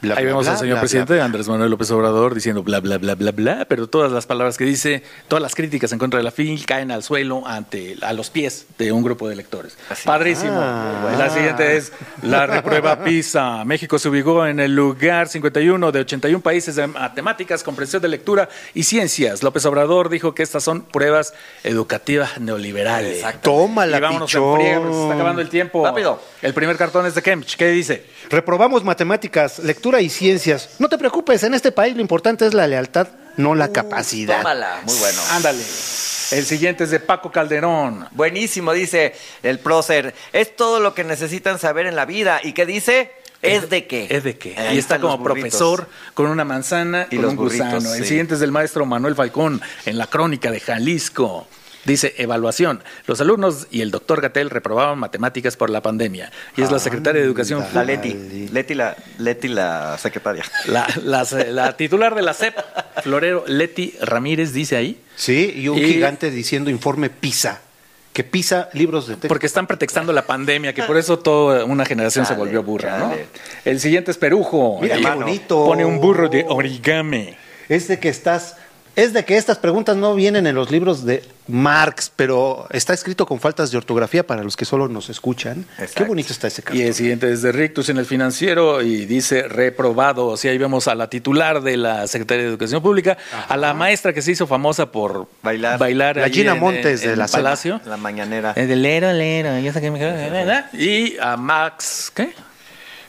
Speaker 4: Bla,
Speaker 2: Ahí
Speaker 4: bla,
Speaker 2: vemos
Speaker 4: bla,
Speaker 2: al señor
Speaker 4: bla,
Speaker 2: presidente
Speaker 4: bla.
Speaker 2: Andrés Manuel López Obrador diciendo bla, bla, bla, bla, bla, pero todas las palabras que dice, todas las críticas en contra de la FIL caen al suelo ante, a los pies de un grupo de lectores. Padrísimo.
Speaker 4: Ah, bueno.
Speaker 2: La siguiente es la reprueba PISA. México se ubicó en el lugar 51 de 81 países de matemáticas, comprensión de lectura y ciencias. López Obrador dijo que estas son pruebas educativas neoliberales.
Speaker 3: Exacto.
Speaker 4: Toma
Speaker 2: Y
Speaker 4: la
Speaker 2: vámonos en friega, porque se está acabando el tiempo.
Speaker 3: Rápido.
Speaker 2: El primer cartón es de Kemch. ¿Qué dice?
Speaker 4: Reprobamos matemáticas, lectura y ciencias. No te preocupes, en este país lo importante es la lealtad, no la capacidad.
Speaker 3: Tómala, muy bueno.
Speaker 2: Ándale. El siguiente es de Paco Calderón.
Speaker 3: Buenísimo, dice el prócer. Es todo lo que necesitan saber en la vida. ¿Y qué dice? ¿Es de qué?
Speaker 2: Es de qué.
Speaker 3: Ahí
Speaker 2: Y está
Speaker 3: están
Speaker 2: como
Speaker 3: los burritos.
Speaker 2: profesor con una manzana
Speaker 3: Y
Speaker 2: con
Speaker 3: los
Speaker 2: un
Speaker 3: burritos,
Speaker 2: gusano. El
Speaker 3: sí.
Speaker 2: siguiente es del maestro Manuel Falcón en la crónica de Jalisco. Dice evaluación. Los alumnos y el doctor Gatel reprobaban matemáticas por la pandemia. Y es la secretaria de Educación.
Speaker 3: Ah, La
Speaker 2: Pública.
Speaker 3: Leti. Leti la, Leti la secretaria.
Speaker 2: La, la- la titular de la CEP, Florero Leti Ramírez, dice ahí.
Speaker 4: Sí, y un
Speaker 2: Y-
Speaker 4: gigante diciendo informe PISA, que PISA libros de texto.
Speaker 2: Porque están pretextando la pandemia, que por eso toda una generación se
Speaker 3: Chale,
Speaker 2: volvió burra, ¿no?
Speaker 3: chale.
Speaker 2: El siguiente es Perujo.
Speaker 4: Mira,
Speaker 2: Y
Speaker 4: qué
Speaker 2: mano,
Speaker 4: bonito.
Speaker 2: Pone un burro de origami.
Speaker 4: es de que estás es de que estas preguntas no vienen en los libros de Marx, pero está escrito con faltas de ortografía para los que solo nos escuchan.
Speaker 3: Exacto.
Speaker 4: Qué bonito está ese
Speaker 2: Y
Speaker 4: cartón.
Speaker 2: el siguiente es de Rictus en el financiero y dice reprobado. O sea, ahí vemos a la titular de la Secretaría de Educación Pública, a la maestra que se hizo famosa por
Speaker 3: Bailar.
Speaker 4: La
Speaker 2: ahí
Speaker 4: Gina
Speaker 2: en-
Speaker 4: Montes
Speaker 2: en-
Speaker 4: de
Speaker 2: en
Speaker 4: la Sema.
Speaker 2: Palacio.
Speaker 3: La mañanera.
Speaker 2: El Eh, de lero, lero, ya saqué mi- Y a Max, ¿qué?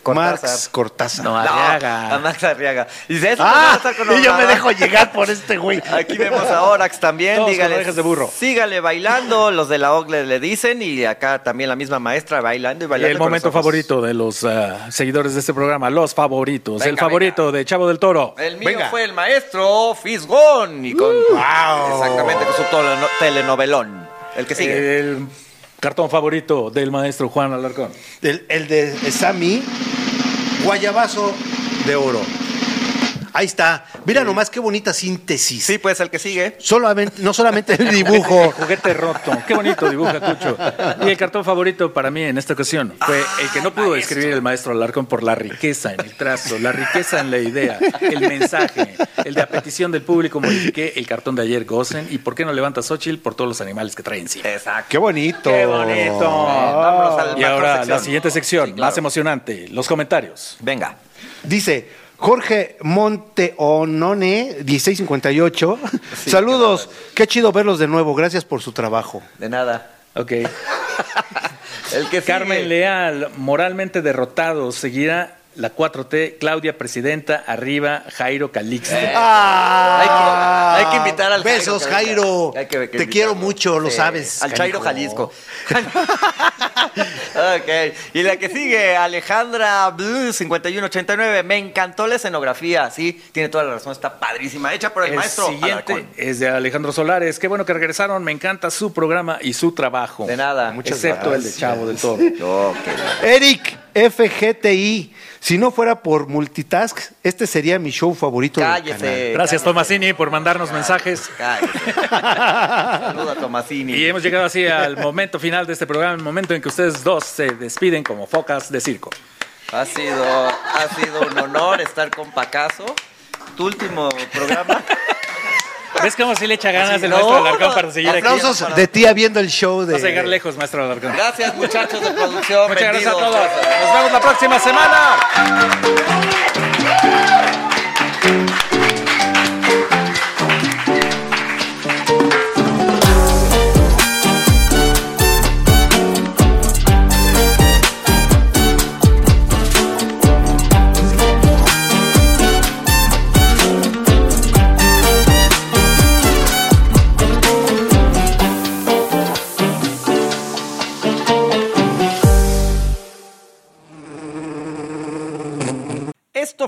Speaker 4: Marx
Speaker 3: Cortázar.
Speaker 4: Cortázar.
Speaker 2: No,
Speaker 3: No,
Speaker 2: Arriaga.
Speaker 3: a Max Arriaga. Dice, eso
Speaker 4: ah,
Speaker 3: no está con
Speaker 4: y yo me
Speaker 3: Obama.
Speaker 4: dejo llegar por este güey.
Speaker 3: Aquí vemos a Orax también,
Speaker 2: Todos con
Speaker 3: dígale.
Speaker 2: orejas de burro.
Speaker 3: Sígale bailando, los de la OGLE le dicen y acá también la misma maestra bailando y
Speaker 2: Y
Speaker 3: bailando.
Speaker 2: el
Speaker 3: con
Speaker 2: momento
Speaker 3: los ojos.
Speaker 2: favorito de los ah, seguidores de este programa, los favoritos,
Speaker 3: Venga,
Speaker 2: el favorito de Chavo del Toro.
Speaker 3: El mío
Speaker 4: Venga. Uh.
Speaker 3: fue el maestro Fisgón y con
Speaker 4: wow.
Speaker 3: exactamente con su toleno- telenovelón. El que sigue.
Speaker 2: El cartón favorito del maestro Juan Alarcón.
Speaker 4: El, el de Sammy, guayabazo de oro. Ahí está. Mira nomás qué bonita síntesis.
Speaker 3: Sí, pues el que sigue.
Speaker 4: Solamente, no solamente el dibujo.
Speaker 2: Juguete roto. Qué bonito dibuja Cucho. Y el cartón favorito para mí en esta ocasión fue el que no pudo
Speaker 3: Ah,
Speaker 2: escribir el maestro Alarcón por la riqueza en el trazo, la riqueza en la idea, el mensaje, el de a petición del público modifiqué el cartón de ayer gocen y por qué no levanta Xochitl por todos los animales que trae encima.
Speaker 3: Exacto.
Speaker 4: Qué bonito.
Speaker 2: ¡Qué bonito!
Speaker 3: Vámonos al
Speaker 2: Y
Speaker 3: macro
Speaker 2: ahora
Speaker 3: sección.
Speaker 2: la siguiente sección,
Speaker 3: Sí, claro.
Speaker 2: más emocionante, los comentarios.
Speaker 3: Venga.
Speaker 4: Dice Jorge Monteonone, 1658.
Speaker 3: Sí,
Speaker 4: Saludos, qué chido verlos de nuevo. Gracias por su trabajo.
Speaker 3: De nada.
Speaker 2: Ok.
Speaker 3: El que sigue.
Speaker 2: Carmen Leal, moralmente derrotado, seguirá la 4T, Claudia Presidenta, arriba, Jairo Calixto.
Speaker 3: Eh, Hay que, hay que invitar al
Speaker 4: Ah. Besos,
Speaker 3: que venga.
Speaker 4: Jairo.
Speaker 3: Hay que- hay que
Speaker 4: Te quiero
Speaker 3: invitarlo.
Speaker 4: mucho, lo
Speaker 3: Sí.
Speaker 4: sabes.
Speaker 3: Al Chairo
Speaker 4: canijo.
Speaker 3: Jalisco. Ok. Y la que sigue, Alejandra Blue 5189. Me encantó la escenografía. Sí, tiene toda la razón. Está padrísima. Hecha por el,
Speaker 2: El
Speaker 3: maestro.
Speaker 2: siguiente
Speaker 3: Alarcón.
Speaker 2: es de Alejandro Solares. Qué bueno que regresaron. Me encanta su programa y su trabajo.
Speaker 3: De nada.
Speaker 2: Muchas Excepto el de Chavo del Toro.
Speaker 3: Ok.
Speaker 4: Eric FGTI. Si no fuera por multitask, este sería mi show favorito. del canal.
Speaker 3: Cállese.
Speaker 2: Gracias,
Speaker 3: cállese,
Speaker 2: Tomasini, por mandarnos mensajes.
Speaker 3: cállese. Saluda a Tomasini.
Speaker 2: Y hemos llegado así al momento final de este programa, el momento en que ustedes dos se despiden como focas de circo.
Speaker 3: Ha sido, ha sido un honor estar con Pacaso. Tu último programa.
Speaker 2: ¿Ves cómo sí le echa ganas
Speaker 3: Sí,
Speaker 2: el
Speaker 3: no,
Speaker 2: maestro Alarcón
Speaker 3: no.
Speaker 2: para seguir aquí?
Speaker 3: Aplausos.
Speaker 4: Aplausos de tía viendo el show de.
Speaker 2: Vas a llegar lejos, maestro Alarcón.
Speaker 3: Gracias, muchachos de producción.
Speaker 2: Muchas gracias a
Speaker 3: Benditos.
Speaker 2: todos. Nos vemos la próxima semana.
Speaker 3: Esto